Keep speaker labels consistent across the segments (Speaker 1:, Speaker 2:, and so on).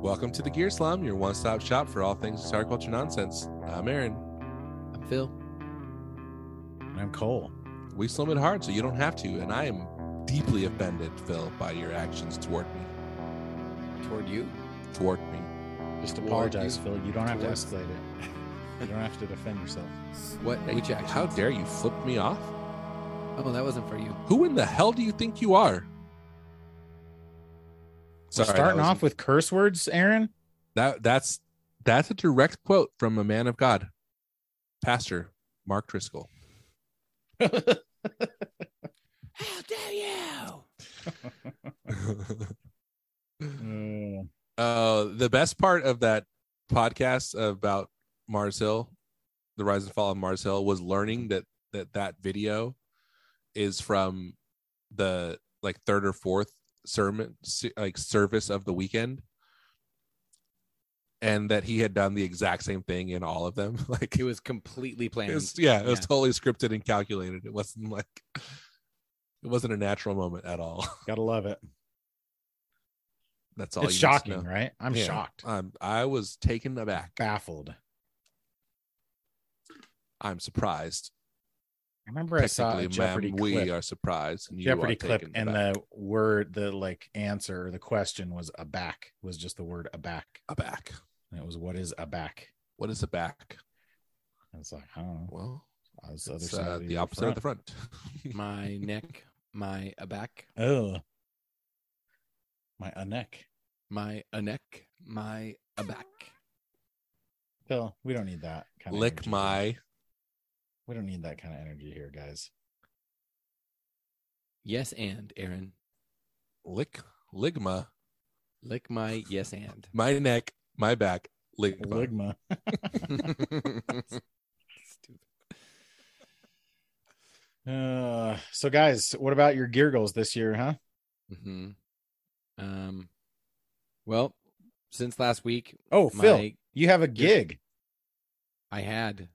Speaker 1: Welcome to the Gear Slum, your one stop shop for all things guitar culture nonsense. I'm Aaron.
Speaker 2: I'm Phil.
Speaker 3: And I'm Cole.
Speaker 1: We slum it hard so you don't have to, and I am deeply offended, Phil, by your actions toward me.
Speaker 2: Toward you.
Speaker 1: Toward me.
Speaker 3: Just
Speaker 2: Well,
Speaker 3: apologize,
Speaker 2: you-
Speaker 3: Phil. You don't have to
Speaker 2: Well-
Speaker 3: escalate it. You don't have to defend yourself.
Speaker 2: What? Which
Speaker 1: Hey, How
Speaker 2: actions?
Speaker 1: dare you flip me off?
Speaker 2: Oh, that wasn't for you.
Speaker 1: Who in the hell do you think you are?
Speaker 3: We're
Speaker 1: Sorry, that
Speaker 3: starting
Speaker 1: was-
Speaker 3: off with curse words, Aaron.
Speaker 1: that that's that's a direct quote from a man of God, Pastor Mark Driscoll.
Speaker 2: How dare you?
Speaker 3: Uh,
Speaker 1: Uh, the best part of that podcast about Mars Hill, the rise and fall of Mars Hill, was learning that that that video is from the like third or fourth sermon se- like service of the weekend, and that he had done the exact same thing in all of them. Like
Speaker 2: It was completely planned.
Speaker 1: it was, yeah, it was
Speaker 2: yeah.
Speaker 1: totally scripted and calculated. It wasn't like it wasn't a natural moment at all.
Speaker 3: gotta love it.
Speaker 1: That's all.
Speaker 3: it's
Speaker 1: you need to
Speaker 3: shocking,
Speaker 1: know.
Speaker 3: right? I'm
Speaker 1: Yeah.
Speaker 3: shocked,
Speaker 1: Um, I was taken aback.
Speaker 3: baffled.
Speaker 1: I'm surprised.
Speaker 3: I remember I saw a
Speaker 1: Technically,
Speaker 3: Jeopardy
Speaker 1: ma'am, we
Speaker 3: clip,
Speaker 1: are surprised. And you
Speaker 3: Jeopardy
Speaker 1: are
Speaker 3: clip,
Speaker 1: taken
Speaker 3: and
Speaker 1: aback.
Speaker 3: the word, the like answer, or the question was aback. Was just the word aback,
Speaker 1: aback.
Speaker 3: and it was what is aback?
Speaker 1: What is aback?
Speaker 3: I was like, I don't know.
Speaker 1: Well,
Speaker 3: I was the other
Speaker 1: it's,
Speaker 3: side
Speaker 1: uh,
Speaker 3: of
Speaker 1: the opposite of the front.
Speaker 2: my neck, my a back,
Speaker 3: Oh, my a neck.
Speaker 2: my a neck, my a back.
Speaker 3: Phil, we don't need that kind of
Speaker 1: Lick
Speaker 3: energy.
Speaker 1: my.
Speaker 3: We don't need that kind of energy here, guys.
Speaker 2: Yes, and Aaron,
Speaker 1: Lick. Ligma.
Speaker 2: lick my yes and.
Speaker 1: My neck. My back. Ligma.
Speaker 3: Ligma.
Speaker 2: Stupid.
Speaker 3: Uh, so guys, what about your gear goals this year, huh?
Speaker 2: hmm Um. Well, since last week,
Speaker 3: Oh,
Speaker 2: my
Speaker 3: Phil, you have a gig.
Speaker 2: I had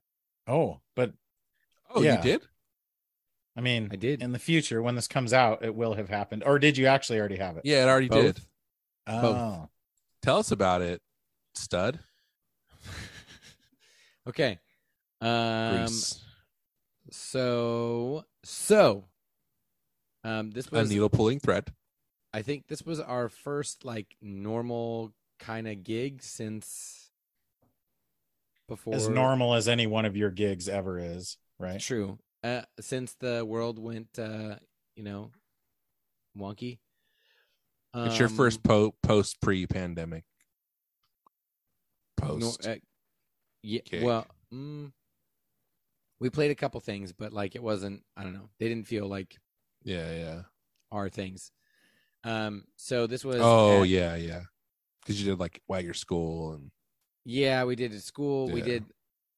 Speaker 3: Oh, but
Speaker 1: Oh,
Speaker 3: Yeah.
Speaker 1: you did?
Speaker 3: I mean,
Speaker 2: I did
Speaker 3: in the future when this comes out, it will have happened. Or did you actually already have it?
Speaker 1: Yeah, it already
Speaker 2: both.
Speaker 1: did.
Speaker 3: Oh,
Speaker 1: Tell us about it, stud.
Speaker 2: okay. Um.
Speaker 1: Grease.
Speaker 2: So so. Um. This
Speaker 1: a
Speaker 2: was
Speaker 1: needle pulling thread.
Speaker 2: I think this was our first like normal kind of gig since before
Speaker 3: as normal as any one of your gigs ever is, right?
Speaker 2: True. Uh, since the world went, uh, you know, wonky.
Speaker 1: It's your
Speaker 2: Um,
Speaker 1: first po- post pre pandemic.
Speaker 2: nor-
Speaker 1: Post.
Speaker 2: uh, yeah.
Speaker 1: gig.
Speaker 2: Well, mm, we played a couple things, but like it wasn't. I don't know. They didn't feel like
Speaker 1: yeah, yeah.
Speaker 2: our things. Um. So this was.
Speaker 1: Oh,
Speaker 2: at-
Speaker 1: yeah, yeah. Because you did like Wagger School and
Speaker 2: Yeah, we did at school. We
Speaker 1: Yeah.
Speaker 2: did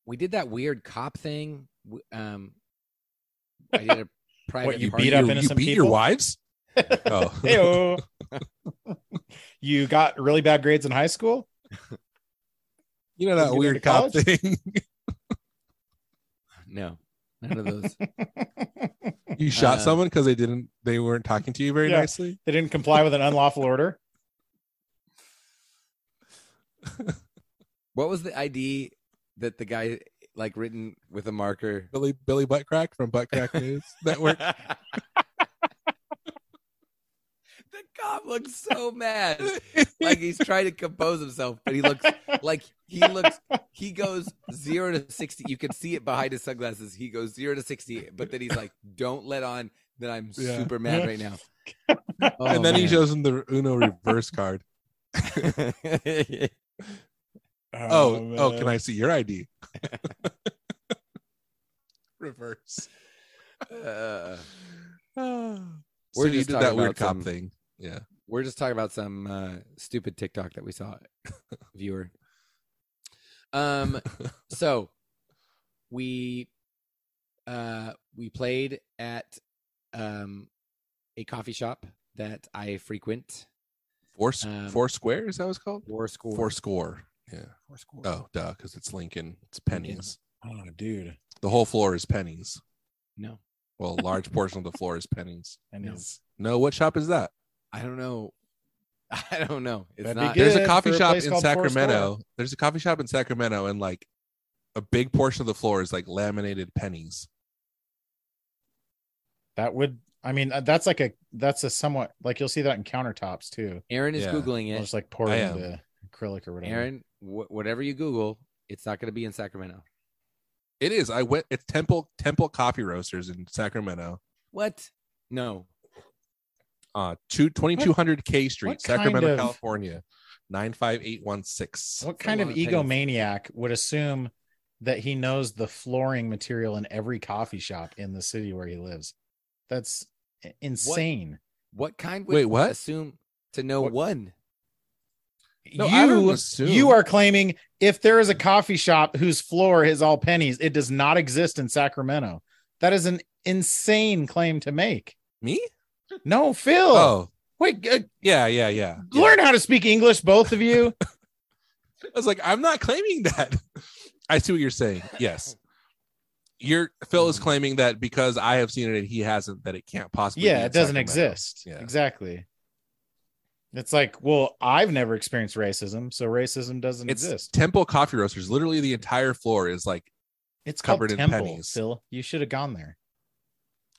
Speaker 2: we did that weird cop thing. W- Um I did a private
Speaker 3: you
Speaker 2: party.
Speaker 3: beat up
Speaker 1: you, you
Speaker 3: innocent
Speaker 1: beat your
Speaker 3: people?
Speaker 1: wives? Oh.
Speaker 3: Heyo. you got really bad grades in high school?
Speaker 1: You know
Speaker 3: Didn't
Speaker 1: that
Speaker 3: you go to
Speaker 1: weird cop
Speaker 3: college?
Speaker 1: thing?
Speaker 2: No. None of those.
Speaker 1: you shot
Speaker 2: Uh,
Speaker 1: someone because they didn't they weren't talking to you very
Speaker 3: Yeah.
Speaker 1: nicely?
Speaker 3: They didn't comply with an unlawful order.
Speaker 2: what was the ID that the guy like written with a marker?
Speaker 1: Billy Billy Buttcrack from Buttcrack News Network.
Speaker 3: Oh,
Speaker 2: the cop looks so mad. Like he's trying to compose himself, but he looks like he looks he goes zero to 60 you can see it behind his sunglasses he goes zero to 60 but then he's like don't let on that i'm
Speaker 1: Yeah.
Speaker 2: super mad right now Oh,
Speaker 1: and then he
Speaker 2: man.
Speaker 1: shows him the Uno reverse card. Oh, oh, can I see your ID? reverse.
Speaker 2: Uh,
Speaker 1: Oh. so
Speaker 2: We're
Speaker 1: you
Speaker 2: just
Speaker 1: did
Speaker 2: talking
Speaker 1: that weird
Speaker 2: about
Speaker 1: cop
Speaker 2: some-
Speaker 1: thing. Yeah.
Speaker 2: we're just talking about some uh, stupid tiktok that we saw viewer um so we uh we played at um a coffee shop that i frequent
Speaker 1: Four s-
Speaker 2: Um,
Speaker 1: four square is that what it's called?
Speaker 2: four score
Speaker 1: Four score. Yeah.
Speaker 3: Four score.
Speaker 1: Oh, duh, because it's Lincoln. It's pennies.
Speaker 3: Oh, dude.
Speaker 1: The whole floor is pennies.
Speaker 2: no
Speaker 1: Well, a large portion of the floor is pennies.
Speaker 3: And
Speaker 2: No.
Speaker 3: he's
Speaker 1: No, what shop is that?
Speaker 2: I don't know. I don't know. It's
Speaker 3: That'd be
Speaker 2: not.
Speaker 3: good.
Speaker 1: There's a
Speaker 3: for
Speaker 1: coffee
Speaker 3: a
Speaker 1: shop
Speaker 3: place
Speaker 1: in
Speaker 3: called Four
Speaker 1: Sacramento. There's a coffee shop in Sacramento, and like a big portion of the floor is like laminated pennies.
Speaker 3: That would. I mean, uh, that's like a that's a somewhat like you'll see that in countertops too.
Speaker 2: Aaron is
Speaker 1: Yeah. Oh,
Speaker 2: googling
Speaker 3: They'll
Speaker 2: it.
Speaker 3: Just like pour
Speaker 1: I
Speaker 3: in
Speaker 1: am.
Speaker 3: the acrylic or whatever.
Speaker 2: Aaron, wh- whatever you Google, it's not going to be in Sacramento.
Speaker 1: It is. I went. It's Temple Temple Coffee Roasters in Sacramento.
Speaker 2: What? No.
Speaker 1: Uh, two twenty two hundred K Street,
Speaker 3: what kind
Speaker 1: Sacramento,
Speaker 3: of-
Speaker 1: California, nine five eight one six.
Speaker 3: what
Speaker 2: a
Speaker 3: kind of
Speaker 2: lot of pennies.
Speaker 3: egomaniac would assume that he knows the flooring material in every coffee shop in the city where he lives? That's i- insane.
Speaker 2: What kind? Would
Speaker 1: Wait, what?
Speaker 2: Assume to know
Speaker 3: What-
Speaker 2: one.
Speaker 1: No, I don't
Speaker 3: you
Speaker 1: assume.
Speaker 3: you are claiming if there is a coffee shop whose floor is all pennies, it does not exist in Sacramento. That is an insane claim to make.
Speaker 1: Me?
Speaker 3: No, Phil.
Speaker 1: Oh,
Speaker 3: Wait, uh,
Speaker 1: yeah, yeah, yeah. yeah.
Speaker 3: learn how to speak English, both of you.
Speaker 1: I was like, I'm not claiming that. I see what you're saying. Yes. You're Phil is claiming that because I have seen it and he hasn't, that it can't possibly. be
Speaker 3: yeah,
Speaker 1: in
Speaker 3: it doesn't
Speaker 1: Sacramento.
Speaker 3: exist.
Speaker 1: Yeah.
Speaker 3: Exactly. It's like, well, I've never experienced racism, so racism doesn't
Speaker 1: It's
Speaker 3: exist.
Speaker 1: Temple Coffee Roasters. Literally, the entire floor is like.
Speaker 3: It's
Speaker 1: covered
Speaker 3: covered
Speaker 1: in
Speaker 3: called temple,
Speaker 1: pennies.
Speaker 3: Phil. You should have gone there.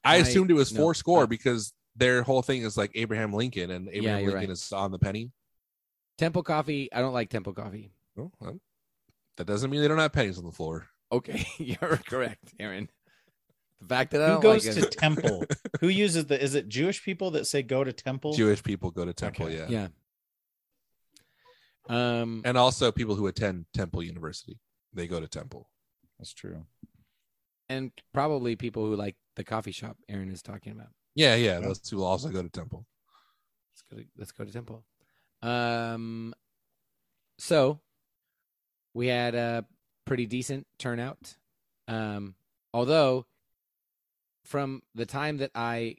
Speaker 1: I
Speaker 2: I-
Speaker 1: assumed it was
Speaker 2: no,
Speaker 1: four score
Speaker 2: I-
Speaker 1: because their whole thing is like Abraham Lincoln, and Abraham
Speaker 2: you're
Speaker 1: Lincoln
Speaker 2: right.
Speaker 1: is on the penny.
Speaker 2: Temple Coffee. I don't like Temple Coffee.
Speaker 1: Oh, well, that doesn't mean they don't have pennies on the floor.
Speaker 2: Okay, you're correct, Aaron. The fact that I
Speaker 3: Who
Speaker 2: don't
Speaker 3: goes
Speaker 2: like
Speaker 3: to
Speaker 2: it.
Speaker 3: temple? Who uses the? Is it Jewish people that say go to temple?
Speaker 1: Jewish people go to temple,
Speaker 3: Okay.
Speaker 1: yeah.
Speaker 2: yeah. Um.
Speaker 1: and also people who attend Temple University, they go to temple.
Speaker 3: That's true.
Speaker 2: and probably people who like the coffee shop Aaron is talking about.
Speaker 1: Yeah, yeah,
Speaker 3: Yeah.
Speaker 1: those two will also go to temple.
Speaker 2: Let's go to let's go to Temple. Um, so we had a pretty decent turnout. Um, although from the time that I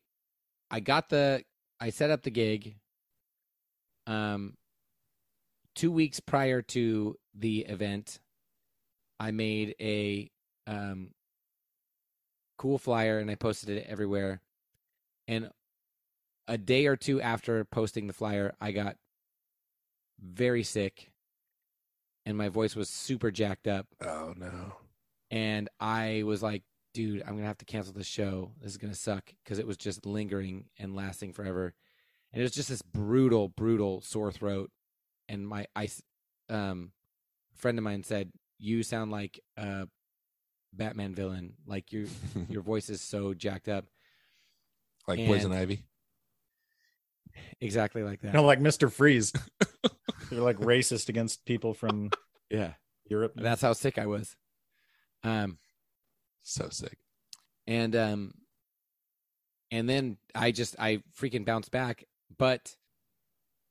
Speaker 2: I got the I set up the gig, um, two weeks prior to the event, I made a um cool flyer and I posted it everywhere. And a day or two after posting the flyer, I got very sick and my voice was super jacked up.
Speaker 1: Oh no.
Speaker 2: And I was like, dude, I'm going to have to cancel this show. This is going to suck because it was just lingering and lasting forever. And it was just this brutal, brutal sore throat. And my I, s- um, friend of mine said, you sound like a Batman villain. Like your your voice is so jacked up.
Speaker 1: like
Speaker 2: And-
Speaker 1: poison ivy.
Speaker 2: Exactly like that.
Speaker 3: You know, like Mister Freeze. They're like racist against people from
Speaker 2: yeah.
Speaker 3: Europe.
Speaker 2: That's how sick I was. Um,
Speaker 1: So sick.
Speaker 2: and um and then i just i freaking bounced back but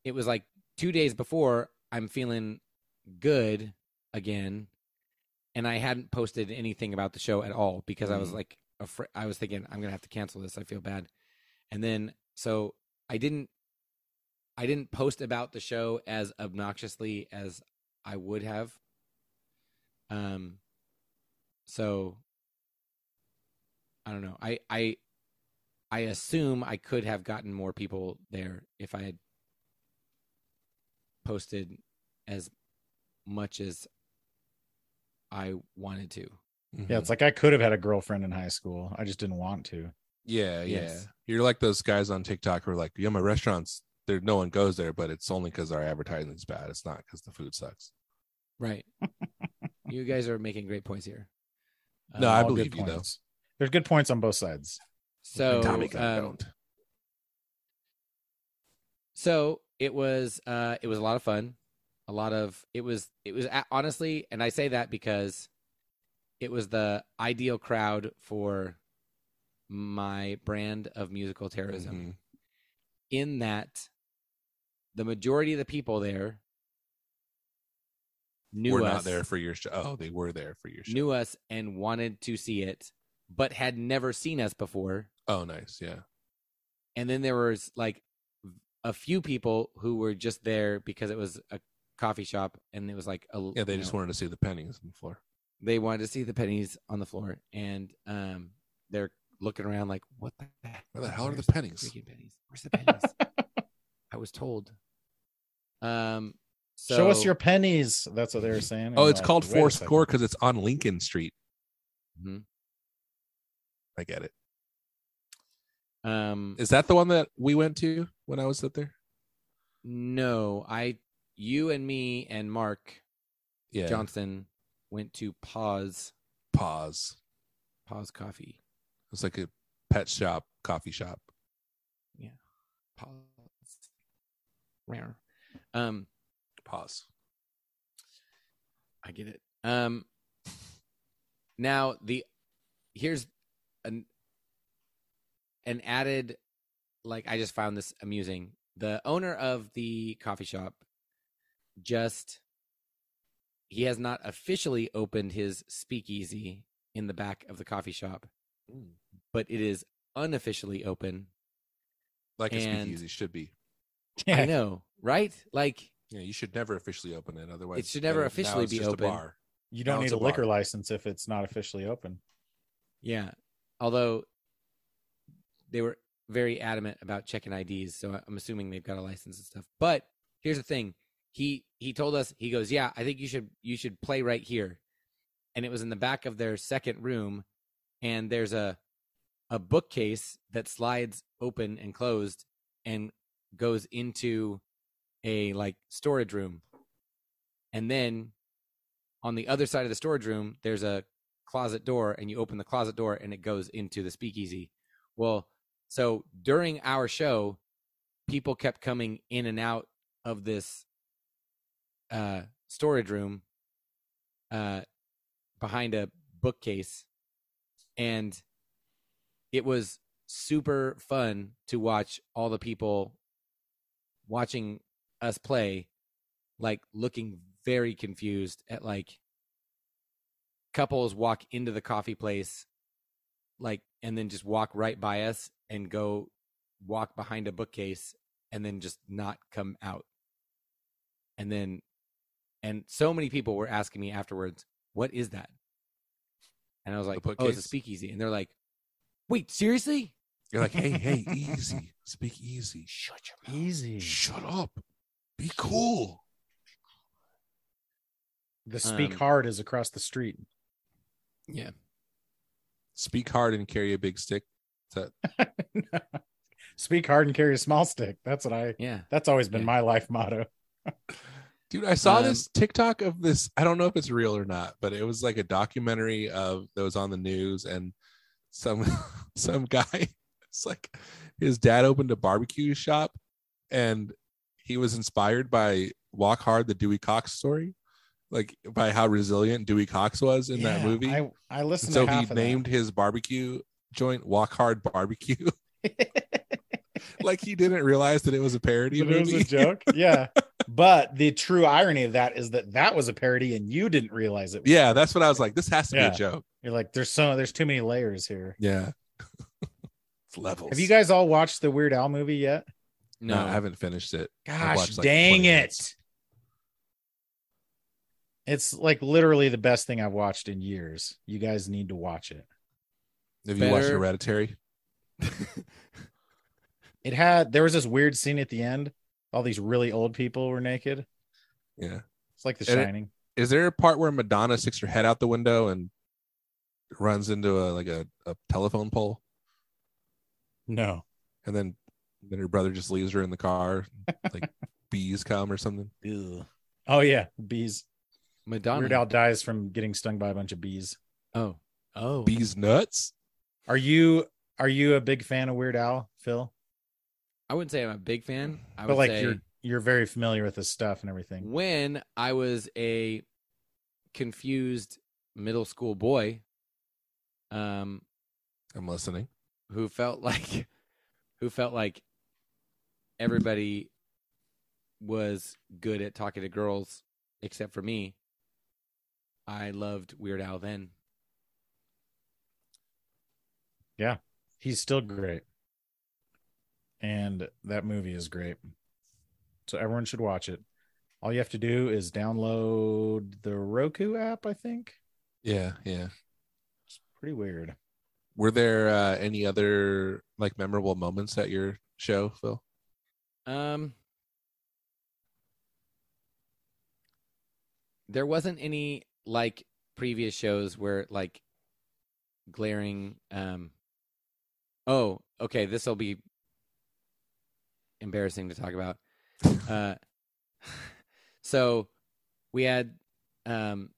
Speaker 2: it was like two days before i'm feeling good again and i hadn't posted anything about the show at all because i was
Speaker 1: Mhm.
Speaker 2: like afra- i was thinking i'm gonna have to cancel this i feel bad and then so i didn't i didn't post about the show as obnoxiously as i would have um so I don't know. I I I assume I could have gotten more people there if I had posted as much as I wanted to.
Speaker 1: Mhm.
Speaker 3: yeah. It's like I could have had a girlfriend in high school. I just didn't want to.
Speaker 1: yeah, yeah.
Speaker 2: Yes.
Speaker 1: You're like those guys on TikTok who are like, yeah, my restaurants, there no one goes there, but it's only because our advertising's bad. It's not because the food sucks.
Speaker 2: Right. you guys are making great points here. Um,
Speaker 1: No, I
Speaker 3: All good
Speaker 1: believe you, though.
Speaker 3: points. There's good points on both sides.
Speaker 2: so
Speaker 1: Tommy Gunn
Speaker 2: um,
Speaker 1: don't.
Speaker 2: so it was uh it was a lot of fun a lot of it was it was a- honestly and i say that because it was the ideal crowd for my brand of musical terrorism
Speaker 1: Mhm.
Speaker 2: in that the majority of the people there knew
Speaker 1: We're
Speaker 2: us
Speaker 1: not there for your show. Oh, they were there for your show.
Speaker 2: knew us and wanted to see it but had never seen us before
Speaker 1: oh, nice. Yeah.
Speaker 2: and then there was like a few people who were just there because it was a coffee shop and it was like a
Speaker 1: Yeah, they
Speaker 2: you
Speaker 1: just
Speaker 2: know,
Speaker 1: wanted to see the pennies on the floor.
Speaker 2: they wanted to see the pennies on the floor and um they're looking around like what the heck?
Speaker 1: Where the hell are the
Speaker 2: Where's
Speaker 1: pennies?
Speaker 2: freaking pennies where's the pennies i was told Um, so
Speaker 3: Show us your pennies. That's what they were saying.
Speaker 1: Oh,
Speaker 3: I'm
Speaker 1: it's
Speaker 3: like,
Speaker 1: called
Speaker 3: wait a
Speaker 1: Four
Speaker 3: second.
Speaker 1: Score because it's on Lincoln Street. Mm-hmm.
Speaker 2: Mhm.
Speaker 1: I get it.
Speaker 2: Um,
Speaker 1: Is that the one that we went to when I was up there?
Speaker 2: no, I, you and me and Mark
Speaker 1: Yeah.
Speaker 2: Johnson went to pause
Speaker 1: Pause.
Speaker 2: pause coffee.
Speaker 1: It's like a pet shop, coffee shop.
Speaker 2: Pause. Rare. Um,
Speaker 1: Pause.
Speaker 2: I get it. Um, now the here's an an added like I just found this amusing. The owner of the coffee shop just he has not officially opened his speakeasy in the back of the coffee shop, but it is unofficially open.
Speaker 1: Like a
Speaker 2: And-
Speaker 1: speakeasy should be.
Speaker 2: I
Speaker 3: Yeah,
Speaker 2: know, right? Like
Speaker 1: Yeah, you should never officially open it. Otherwise,
Speaker 2: It should never
Speaker 1: now
Speaker 2: officially
Speaker 1: it's
Speaker 2: be
Speaker 1: just a
Speaker 2: open.
Speaker 1: bar.
Speaker 3: you
Speaker 1: Now
Speaker 3: don't
Speaker 1: it's
Speaker 3: need
Speaker 1: a
Speaker 3: a liquor
Speaker 1: bar.
Speaker 3: license if it's not officially open.
Speaker 2: Yeah. Although they were very adamant about checking IDs, so I'm assuming they've got a license and stuff. But here's the thing. He he told us he goes, "Yeah, I think you should you should play right here." And it was in the back of their second room and there's a a bookcase that slides open and closed and goes into a like storage room. And then on the other side of the storage room, there's a closet door and you open the closet door and it goes into the speakeasy. Well, so during our show, people kept coming in and out of this uh, storage room uh, behind a bookcase. And it was super fun to watch all the people watching us play, like looking very confused at like couples walk into the coffee place like and then just walk right by us and go walk behind a bookcase and then just not come out and then and so many people were asking me afterwards what is that and i was like oh it's a
Speaker 1: bookcase?
Speaker 2: speakeasy and they're like wait seriously
Speaker 1: You're like, hey, hey, easy. Speak easy.
Speaker 2: shut your
Speaker 3: Easy.
Speaker 1: Shut up. Be cool.
Speaker 3: The speak
Speaker 2: Um,
Speaker 3: hard is across the street.
Speaker 2: yeah
Speaker 1: Speak hard and carry a big stick.
Speaker 3: speak hard and carry a small stick. That's what I.
Speaker 2: yeah
Speaker 3: That's always been
Speaker 2: Yeah.
Speaker 3: my life motto.
Speaker 1: Dude, I saw
Speaker 2: Um,
Speaker 1: this TikTok of this. I don't know if it's real or not, but it was like a documentary of that was on the news, and some some guy, it's like his dad opened a barbecue shop, and he was inspired by Walk Hard, the Dewey Cox story, like by how resilient Dewey Cox was in that
Speaker 3: Yeah,
Speaker 1: movie.
Speaker 3: I, I listened.
Speaker 1: so
Speaker 3: to half
Speaker 1: he
Speaker 3: of
Speaker 1: named his barbecue joint Walk Hard Barbecue,
Speaker 3: that.
Speaker 1: like he didn't realize that it was a parody
Speaker 3: But it was
Speaker 1: movie.
Speaker 3: a joke. Yeah, but the true irony of that is that that was a parody, and you didn't realize it. was.
Speaker 1: yeah, that's what I was like. This has to
Speaker 3: Yeah.
Speaker 1: be a joke.
Speaker 3: You're like, there's so there's too many layers here.
Speaker 1: Yeah. it's levels.
Speaker 3: Have you guys all watched the Weird Al movie yet?
Speaker 1: No,
Speaker 2: no
Speaker 1: I haven't finished it. I've
Speaker 3: Gosh,
Speaker 1: watched, like,
Speaker 3: dang
Speaker 1: 20
Speaker 3: it!
Speaker 1: minutes.
Speaker 3: It's like literally the best thing I've watched in years. You guys need to watch it.
Speaker 1: Have you watched
Speaker 2: Better-
Speaker 1: Hereditary?
Speaker 3: It had there was this weird scene at the end. All these really old people were naked.
Speaker 1: Yeah.
Speaker 3: It's like The
Speaker 1: And it-
Speaker 3: Shining.
Speaker 1: Is there a part where Madonna sticks her head out the window and runs into a like a, a telephone pole
Speaker 3: no,
Speaker 1: and then then her brother just leaves her in the car like bees come or something?
Speaker 3: Oh yeah, bees. Weird Al
Speaker 2: madonna
Speaker 3: dies from getting stung by a bunch of bees.
Speaker 2: oh oh
Speaker 1: Bees nuts?
Speaker 3: Are you are you a big fan of Weird Al, Phil?
Speaker 2: i wouldn't say i'm a big fan i
Speaker 3: but
Speaker 2: would
Speaker 3: like
Speaker 2: say
Speaker 3: you're you're very familiar with his stuff and everything.
Speaker 2: when I was a confused middle school boy, um,
Speaker 1: I'm listening.
Speaker 2: who felt like, who felt like everybody was good at talking to girls except for me. I loved Weird Al then.
Speaker 3: He's still great. And that movie is great. So everyone should watch it. All you have to do is download the Roku app, I think.
Speaker 1: Yeah, yeah.
Speaker 3: It's pretty weird.
Speaker 1: Were there uh, any other like memorable moments at your show, Phil?
Speaker 2: Um, there wasn't any like previous shows where like glaring um oh okay this will be embarrassing to talk about uh so we had um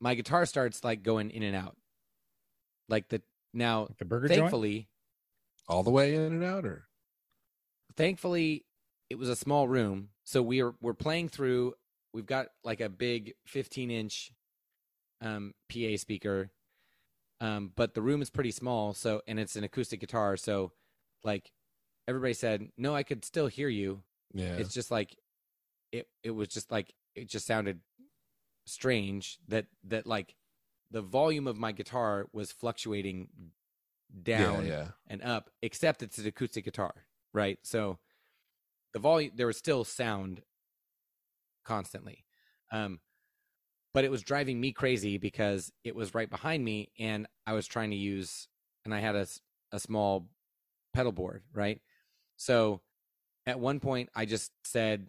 Speaker 2: my guitar starts like going in and out like the now
Speaker 3: Like the burger joint.
Speaker 2: thankfully
Speaker 1: all the way in and out, or
Speaker 2: thankfully it was a small room so we are we're playing through we've got like a big 15 inch um pa speaker um but the room is pretty small so and it's an acoustic guitar so like everybody said no i could still hear you
Speaker 1: yeah,
Speaker 2: it's just like it it was just like it just sounded strange that that like the volume of my guitar was fluctuating down
Speaker 1: yeah, yeah,
Speaker 2: and up, except it's an acoustic guitar, right? So the volume there was still sound constantly. Um but it was driving me crazy because it was right behind me and I was trying to use and I had a s- a small pedal board, right? So at one point I just said,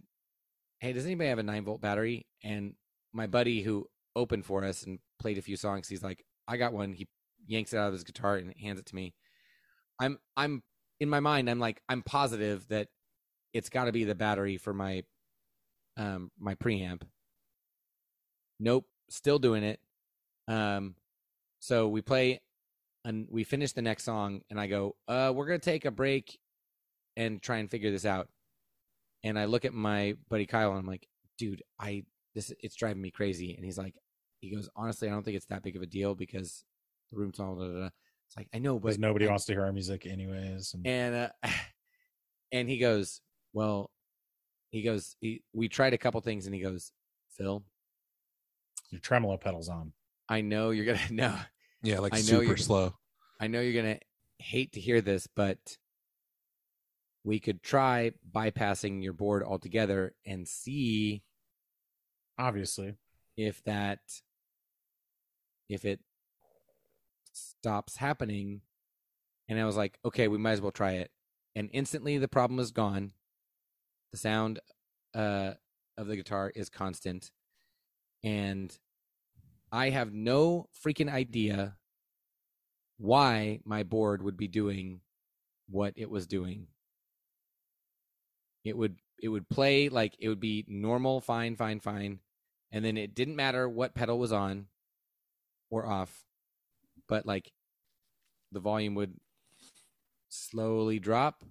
Speaker 2: "Hey, does anybody have a 9-volt battery?" and my buddy who opened for us and played a few songs, he's like, "I got one." He yanks it out of his guitar and hands it to me. I'm I'm in my mind I'm like I'm positive that it's got to be the battery for my um my preamp. Nope, still doing it. Um so we play and we finish the next song and I go, "Uh we're going to take a break and try and figure this out." And I look at my buddy Kyle and I'm like, "Dude, I this it's driving me crazy." And he's like he goes, "Honestly, I don't think it's that big of a deal because the room's all da, da, da." It's like, "I know, but
Speaker 3: Because nobody
Speaker 2: I-
Speaker 3: wants to hear our music, anyways. And,
Speaker 2: and uh, and he goes, well, he goes, he, we tried a couple things, and he goes, Phil,
Speaker 3: your tremolo pedals on.
Speaker 2: I know you're gonna no,
Speaker 1: yeah, like
Speaker 2: I know
Speaker 1: super
Speaker 2: you're-
Speaker 1: slow.
Speaker 2: I know you're gonna hate to hear this, but we could try bypassing your board altogether and see
Speaker 3: Obviously,
Speaker 2: if that if it stops happening and i was like okay we might as well try it and instantly the problem is gone the sound uh of the guitar is constant and i have no freaking idea why my board would be doing what it was doing it would it would play like it would be normal fine fine fine and then it didn't matter what pedal was on or off but like the volume would slowly drop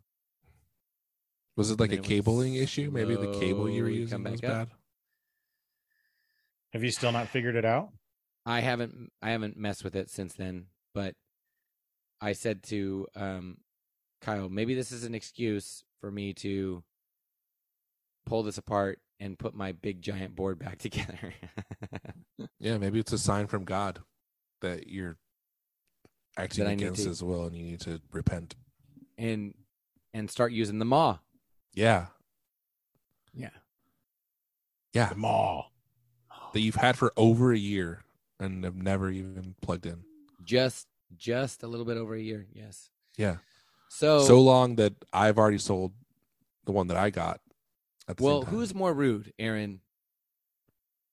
Speaker 1: Was it like
Speaker 2: And
Speaker 1: a
Speaker 2: it would
Speaker 1: cabling issue? Maybe the cable you were
Speaker 2: slowly
Speaker 1: using
Speaker 2: come
Speaker 1: was
Speaker 2: back
Speaker 1: bad.
Speaker 2: up.
Speaker 3: have you still not figured it out?
Speaker 2: I haven't I haven't messed with it since then, but I said to um, Kyle, maybe this is an excuse for me to pull this apart and put my big giant board back together.
Speaker 1: Yeah, maybe it's a sign from God that you're acting
Speaker 2: That I need
Speaker 1: against
Speaker 2: to-
Speaker 1: His will, and you need to repent.
Speaker 2: and and start using the maw.
Speaker 1: Yeah,
Speaker 2: Yeah.
Speaker 1: yeah,
Speaker 3: The mall.
Speaker 1: that you've had for over a year and have never even plugged in.
Speaker 2: Just just a little bit over a year, yes.
Speaker 1: Yeah,
Speaker 2: So,
Speaker 1: so long that I've already sold the one that I got. At the same
Speaker 2: well,
Speaker 1: time.
Speaker 2: who's more rude, Aaron?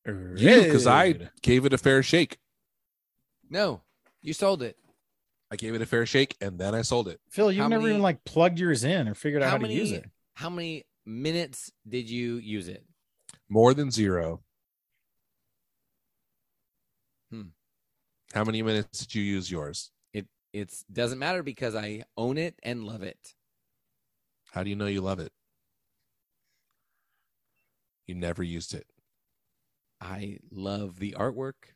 Speaker 1: you? Because I
Speaker 3: Rude.
Speaker 1: gave it a fair shake.
Speaker 2: No. You sold it.
Speaker 1: I gave it a fair shake, and then I sold it.
Speaker 3: Phil, you've
Speaker 2: How
Speaker 3: never
Speaker 2: many-
Speaker 3: even like plugged yours in or figured
Speaker 2: How
Speaker 3: out how,
Speaker 2: many
Speaker 3: to use it.
Speaker 2: how many minutes did you use it?
Speaker 1: More than zero.
Speaker 2: Hmm.
Speaker 1: How many minutes did you use yours?
Speaker 2: It it doesn't matter because I own it and love it.
Speaker 1: How do you know you love it? You never used it.
Speaker 2: I love the artwork.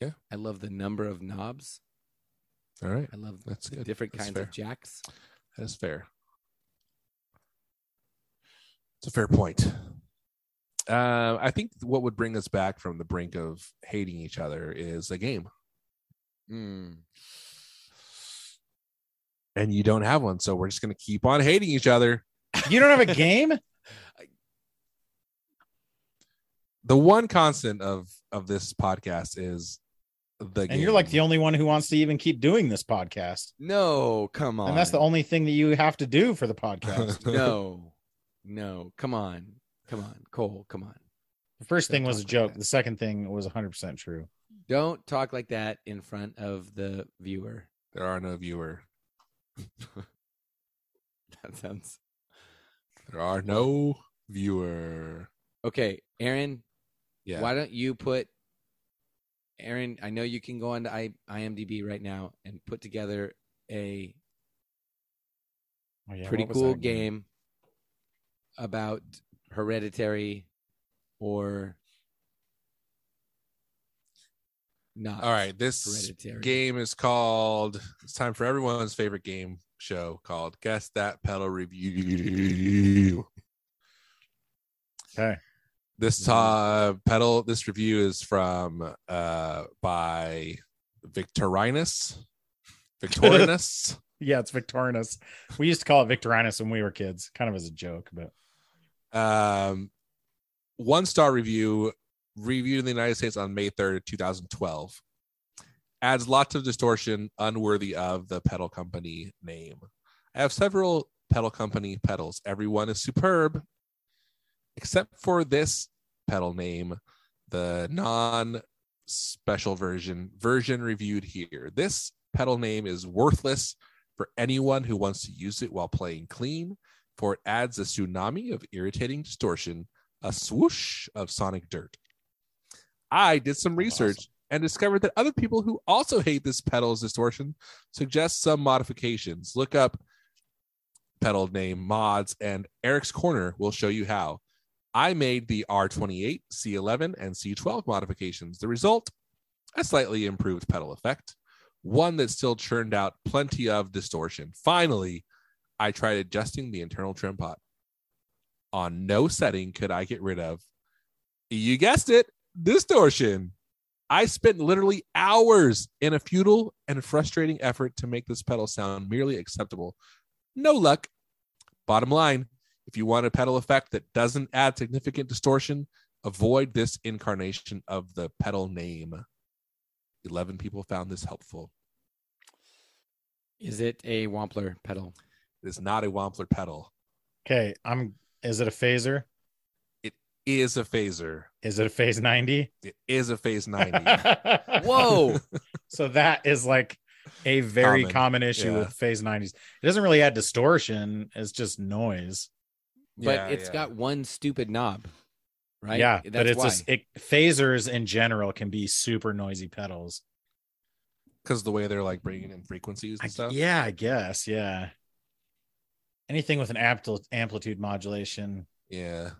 Speaker 1: Yeah.
Speaker 2: I love the number of knobs.
Speaker 1: All right.
Speaker 2: I love the
Speaker 1: That's good.
Speaker 2: different
Speaker 1: That's
Speaker 2: kinds
Speaker 1: fair.
Speaker 2: of jacks.
Speaker 1: That is fair. It's a fair point. Uh, I think what would bring us back from the brink of hating each other is a game,
Speaker 2: Mm.
Speaker 1: and you don't have one, so we're just going to keep on hating each other.
Speaker 3: You don't have a game?
Speaker 1: The one constant of of this podcast is the game.
Speaker 3: and you're like the only one who wants to even keep doing this podcast.
Speaker 2: No, come on.
Speaker 3: And that's the only thing that you have to do for the podcast.
Speaker 2: No. No, come on. Come on. Cole, come on.
Speaker 3: The first
Speaker 2: Don't
Speaker 3: thing was a
Speaker 2: talk like
Speaker 3: joke.
Speaker 2: that.
Speaker 3: The second thing was 100% true.
Speaker 2: Don't talk like that in front of the viewer.
Speaker 1: There are no viewer.
Speaker 2: That sounds
Speaker 1: There are no viewer.
Speaker 2: okay. Aaron,
Speaker 1: Yeah.
Speaker 2: why don't you put Aaron? I know you can go on to I, IMDb right now and put together a
Speaker 3: Oh, yeah,
Speaker 2: pretty
Speaker 3: what was
Speaker 2: cool
Speaker 3: that again?
Speaker 2: game about Hereditary or not.
Speaker 1: All right. This
Speaker 2: Hereditary.
Speaker 1: game is called. It's time for everyone's favorite game show called Guess That Pedal Review.
Speaker 3: Okay.
Speaker 1: This
Speaker 2: Mm-hmm.
Speaker 1: uh, pedal, this review is from uh, by Victorinus. Victorinus.
Speaker 3: Yeah, it's Victorinus. We used to call it Victorinus when we were kids, kind of as a joke, but
Speaker 1: um, one star review reviewed in the United States on May 3rd, 2012. Adds lots of distortion unworthy of the pedal company name. I have several pedal company pedals. Everyone is superb, except for this pedal name, the non special version, version reviewed here. This pedal name is worthless for anyone who wants to use it while playing clean for it adds a tsunami of irritating distortion, a swoosh of sonic dirt. I did some research
Speaker 3: Awesome.
Speaker 1: and discovered that other people who also hate this pedal's distortion suggest some modifications. Look up pedal name mods, and Eric's Corner will show you how. I made the R28, C11, and C12 modifications. The result a slightly improved pedal effect, one that still churned out plenty of distortion. Finally, I tried adjusting the internal trim pot. On no setting could I get rid of, you guessed it, distortion. I spent literally hours in a futile and frustrating effort to make this pedal sound merely acceptable. No luck. Bottom line if you want a pedal effect that doesn't add significant distortion, avoid this incarnation of the pedal name. 11 people found this helpful.
Speaker 2: Is it a Wampler pedal?
Speaker 1: It is not a Wampler pedal,
Speaker 3: okay. I'm. Is it a phaser?
Speaker 1: it is a phaser.
Speaker 3: Is it a phase 90?
Speaker 1: It is a phase 90.
Speaker 2: Whoa.
Speaker 3: so that is like a very
Speaker 1: Common,
Speaker 3: common, issue
Speaker 1: yeah.
Speaker 3: with phase 90s. It doesn't really add distortion, it's just noise.
Speaker 2: but it's got one stupid knob, right?
Speaker 3: Yeah,
Speaker 2: That's
Speaker 3: but it's
Speaker 2: why.
Speaker 3: just it, phasers in general can be super noisy pedals.
Speaker 1: because the way they're like bringing in frequencies
Speaker 3: I-
Speaker 1: and stuff.
Speaker 3: yeah, I guess. Yeah. Anything with an ampl- amplitude modulation,
Speaker 1: Yeah.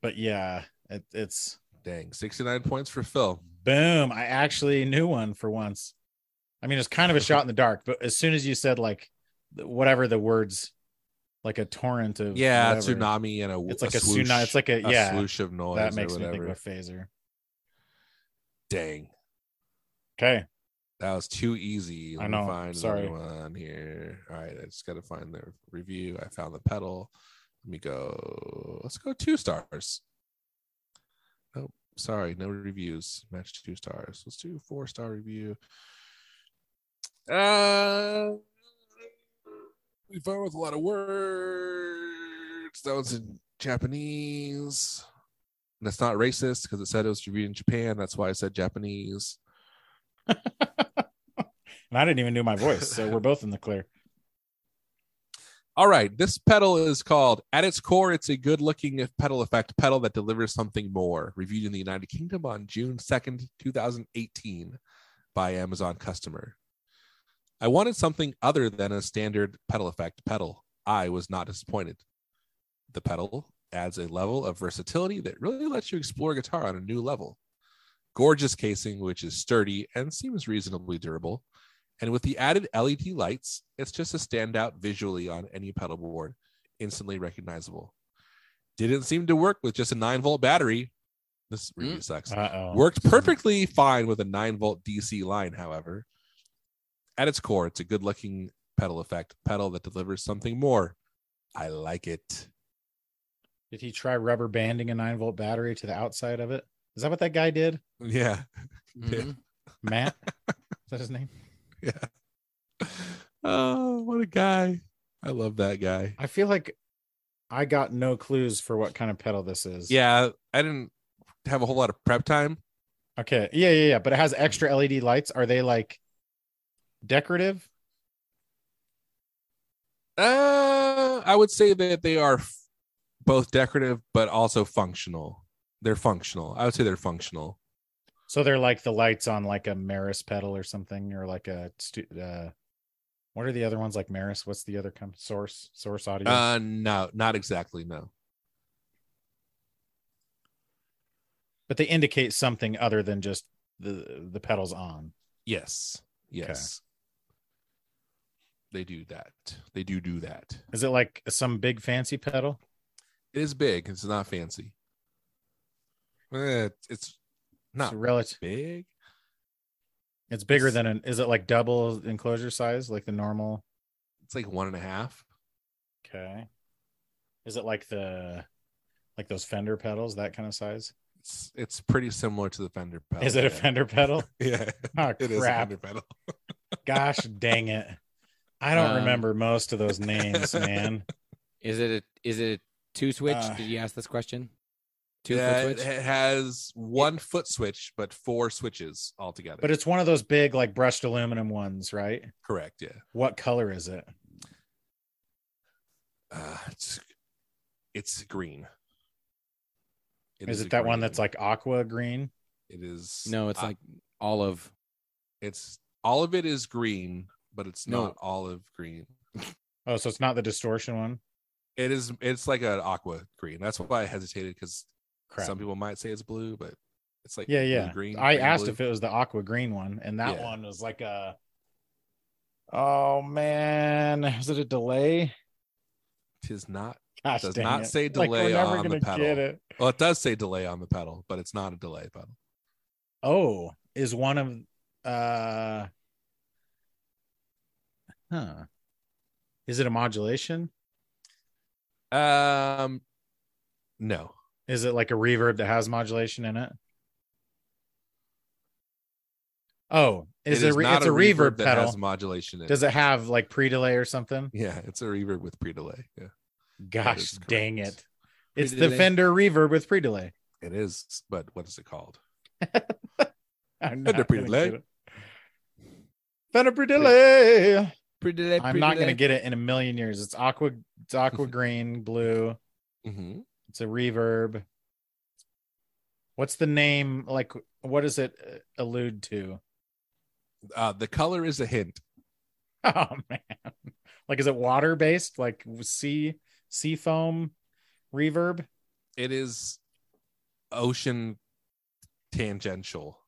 Speaker 3: but yeah, it, it's
Speaker 1: Dang. 69 points for Phil.
Speaker 3: boom. I actually knew one for once. I mean, it's kind of a shot in the dark, but as soon as you said like th- whatever the words, like a torrent of
Speaker 1: Yeah.
Speaker 3: whatever,
Speaker 1: Tsunami and a
Speaker 3: It's like a,
Speaker 1: swoosh,
Speaker 3: tsunami. It's like a,
Speaker 1: a
Speaker 3: yeah.
Speaker 1: swoosh of noise
Speaker 3: that makes
Speaker 1: or
Speaker 3: me think of
Speaker 1: whatever.
Speaker 3: a phaser.
Speaker 1: Dang.
Speaker 3: Okay,
Speaker 1: That was too easy.
Speaker 3: I
Speaker 1: Let
Speaker 3: know,
Speaker 1: Me find
Speaker 3: sorry.
Speaker 1: another one here. All right. I just got to find the review. I found the pedal. Let me go. Let's go two stars. Nope. Sorry. No reviews. Match two stars. Let's do four star review. Uh, we found with a lot of words. That was in Japanese. And that's not racist because it said it was reviewed in Japan. That's why I said Japanese.
Speaker 3: and I didn't even do my voice, so we're both in the clear.
Speaker 1: All right, this pedal is called at its core, it's a good looking if pedal effect pedal that delivers something more. Reviewed in the United Kingdom on June 2nd, 2018 by Amazon customer. I wanted something other than a standard pedal effect pedal. I was not disappointed. The pedal adds a level of versatility that really lets you explore guitar on a new level. Gorgeous casing, which is sturdy and seems reasonably durable. And with the added LED lights, it's just a standout visually on any pedal board, instantly recognizable. Didn't seem to work with just a 9 volt battery. This really sucks.
Speaker 3: Uh oh.
Speaker 1: Worked perfectly fine with a 9 volt DC line, however. At its core, it's a good looking pedal effect, pedal that delivers something more. I like it.
Speaker 3: Did he try rubber banding a nine volt battery to the outside of it? Is that what that guy did?
Speaker 1: Yeah.
Speaker 2: Mhm.
Speaker 3: Matt? Is that his name?
Speaker 1: Yeah. Oh, what a guy. I love that guy.
Speaker 3: I feel like I got no clues for what kind of pedal this is.
Speaker 1: Yeah, I didn't have a whole lot of prep time.
Speaker 3: Okay. Yeah, yeah, yeah. But it has extra LED lights. Are they like decorative?
Speaker 1: Uh, I would say that they are f- both decorative but also functional. They're functional. I would say they're functional.
Speaker 3: So they're like the lights on like a Maris pedal or something, or like a stu- uh, what are the other ones like Maris? What's the other com- source source audio?
Speaker 1: Uh, no, not exactly. No.
Speaker 3: but they indicate something other than just the the pedals on.
Speaker 1: Yes. Yes. They do that. They do do that.
Speaker 3: Is it like some big fancy pedal?
Speaker 1: It is big. It's not fancy. Eh, It's
Speaker 3: It's
Speaker 1: not
Speaker 3: relative.
Speaker 1: big.
Speaker 3: It's bigger than an. Is it like double enclosure size, like the normal?
Speaker 1: It's like one and a half.
Speaker 3: Okay. Is it like the, like those Fender pedals, that kind of size?
Speaker 1: It's it's pretty similar to the Fender pedal.
Speaker 3: Is it a
Speaker 1: Oh, yeah.
Speaker 3: Fender pedal?
Speaker 1: Yeah,
Speaker 3: Oh
Speaker 1: it is a
Speaker 3: crap!
Speaker 1: Fender pedal.
Speaker 3: Gosh dang it! I don't
Speaker 2: Um,
Speaker 3: remember most of those names, man.
Speaker 2: Is it a is it a two switch?
Speaker 3: Uh,
Speaker 2: Did you ask this question? Two
Speaker 1: yeah,
Speaker 2: foot switch.
Speaker 1: it has one foot switch, but four switches altogether.
Speaker 3: But it's one of those big, like brushed aluminum ones, right?
Speaker 1: correct. Yeah,
Speaker 3: What color is it?
Speaker 1: uh, it's it's green. It
Speaker 3: is
Speaker 1: a
Speaker 3: it that one
Speaker 1: green.
Speaker 3: that's like aqua green?
Speaker 1: It is
Speaker 2: No, it's
Speaker 1: uh,
Speaker 2: like olive.
Speaker 1: it's all of it is green, but it's
Speaker 2: No.
Speaker 1: not olive green.
Speaker 3: Oh, so it's not the distortion one.
Speaker 1: It is. It's like an aqua green. That's why I hesitated because
Speaker 3: Crap.
Speaker 1: some people might say it's blue, but it's like
Speaker 3: yeah, yeah.
Speaker 1: green.
Speaker 3: I asked if it was the aqua green one, and that
Speaker 1: Yeah.
Speaker 3: one was like a. Oh man, is it a delay?
Speaker 1: is not.
Speaker 3: Gosh,
Speaker 1: Does
Speaker 3: dang
Speaker 1: not
Speaker 3: it.
Speaker 1: say
Speaker 3: Like, we're
Speaker 1: delay
Speaker 3: never
Speaker 1: on the
Speaker 3: gonna
Speaker 1: pedal.
Speaker 3: get it.
Speaker 1: Well, it does say delay on the pedal, but it's not a delay pedal.
Speaker 3: Oh, is one of uh huh. Is it a modulation?
Speaker 1: Um, no,
Speaker 3: Is it like a reverb that has modulation in it? Oh, is it,
Speaker 1: It is
Speaker 3: re-
Speaker 1: not
Speaker 3: it's a, reverb,
Speaker 1: that
Speaker 3: pedal.
Speaker 1: has modulation. In
Speaker 3: Does
Speaker 1: it?
Speaker 3: it have like pre-delay or something?
Speaker 1: Yeah, it's a reverb with pre-delay. Yeah,
Speaker 3: Gosh,
Speaker 1: is
Speaker 3: dang
Speaker 1: correct.
Speaker 3: it. It's the
Speaker 2: Pre-delay.
Speaker 3: Fender reverb with pre-delay.
Speaker 1: it is. But what is it called?
Speaker 3: I'm
Speaker 1: Fender
Speaker 3: not gonna
Speaker 1: pre-delay.
Speaker 3: get it. Fender pre-delay.
Speaker 2: Pretty.
Speaker 3: I'm not going to get it in a million years. It's aqua it's aqua green, blue.
Speaker 1: Mm-hmm.
Speaker 3: It's a reverb. What's the name like what does it uh, allude to?
Speaker 1: Uh, the color is a hint.
Speaker 3: Oh man. Like is it water based like sea sea foam reverb?
Speaker 1: It is ocean tangential.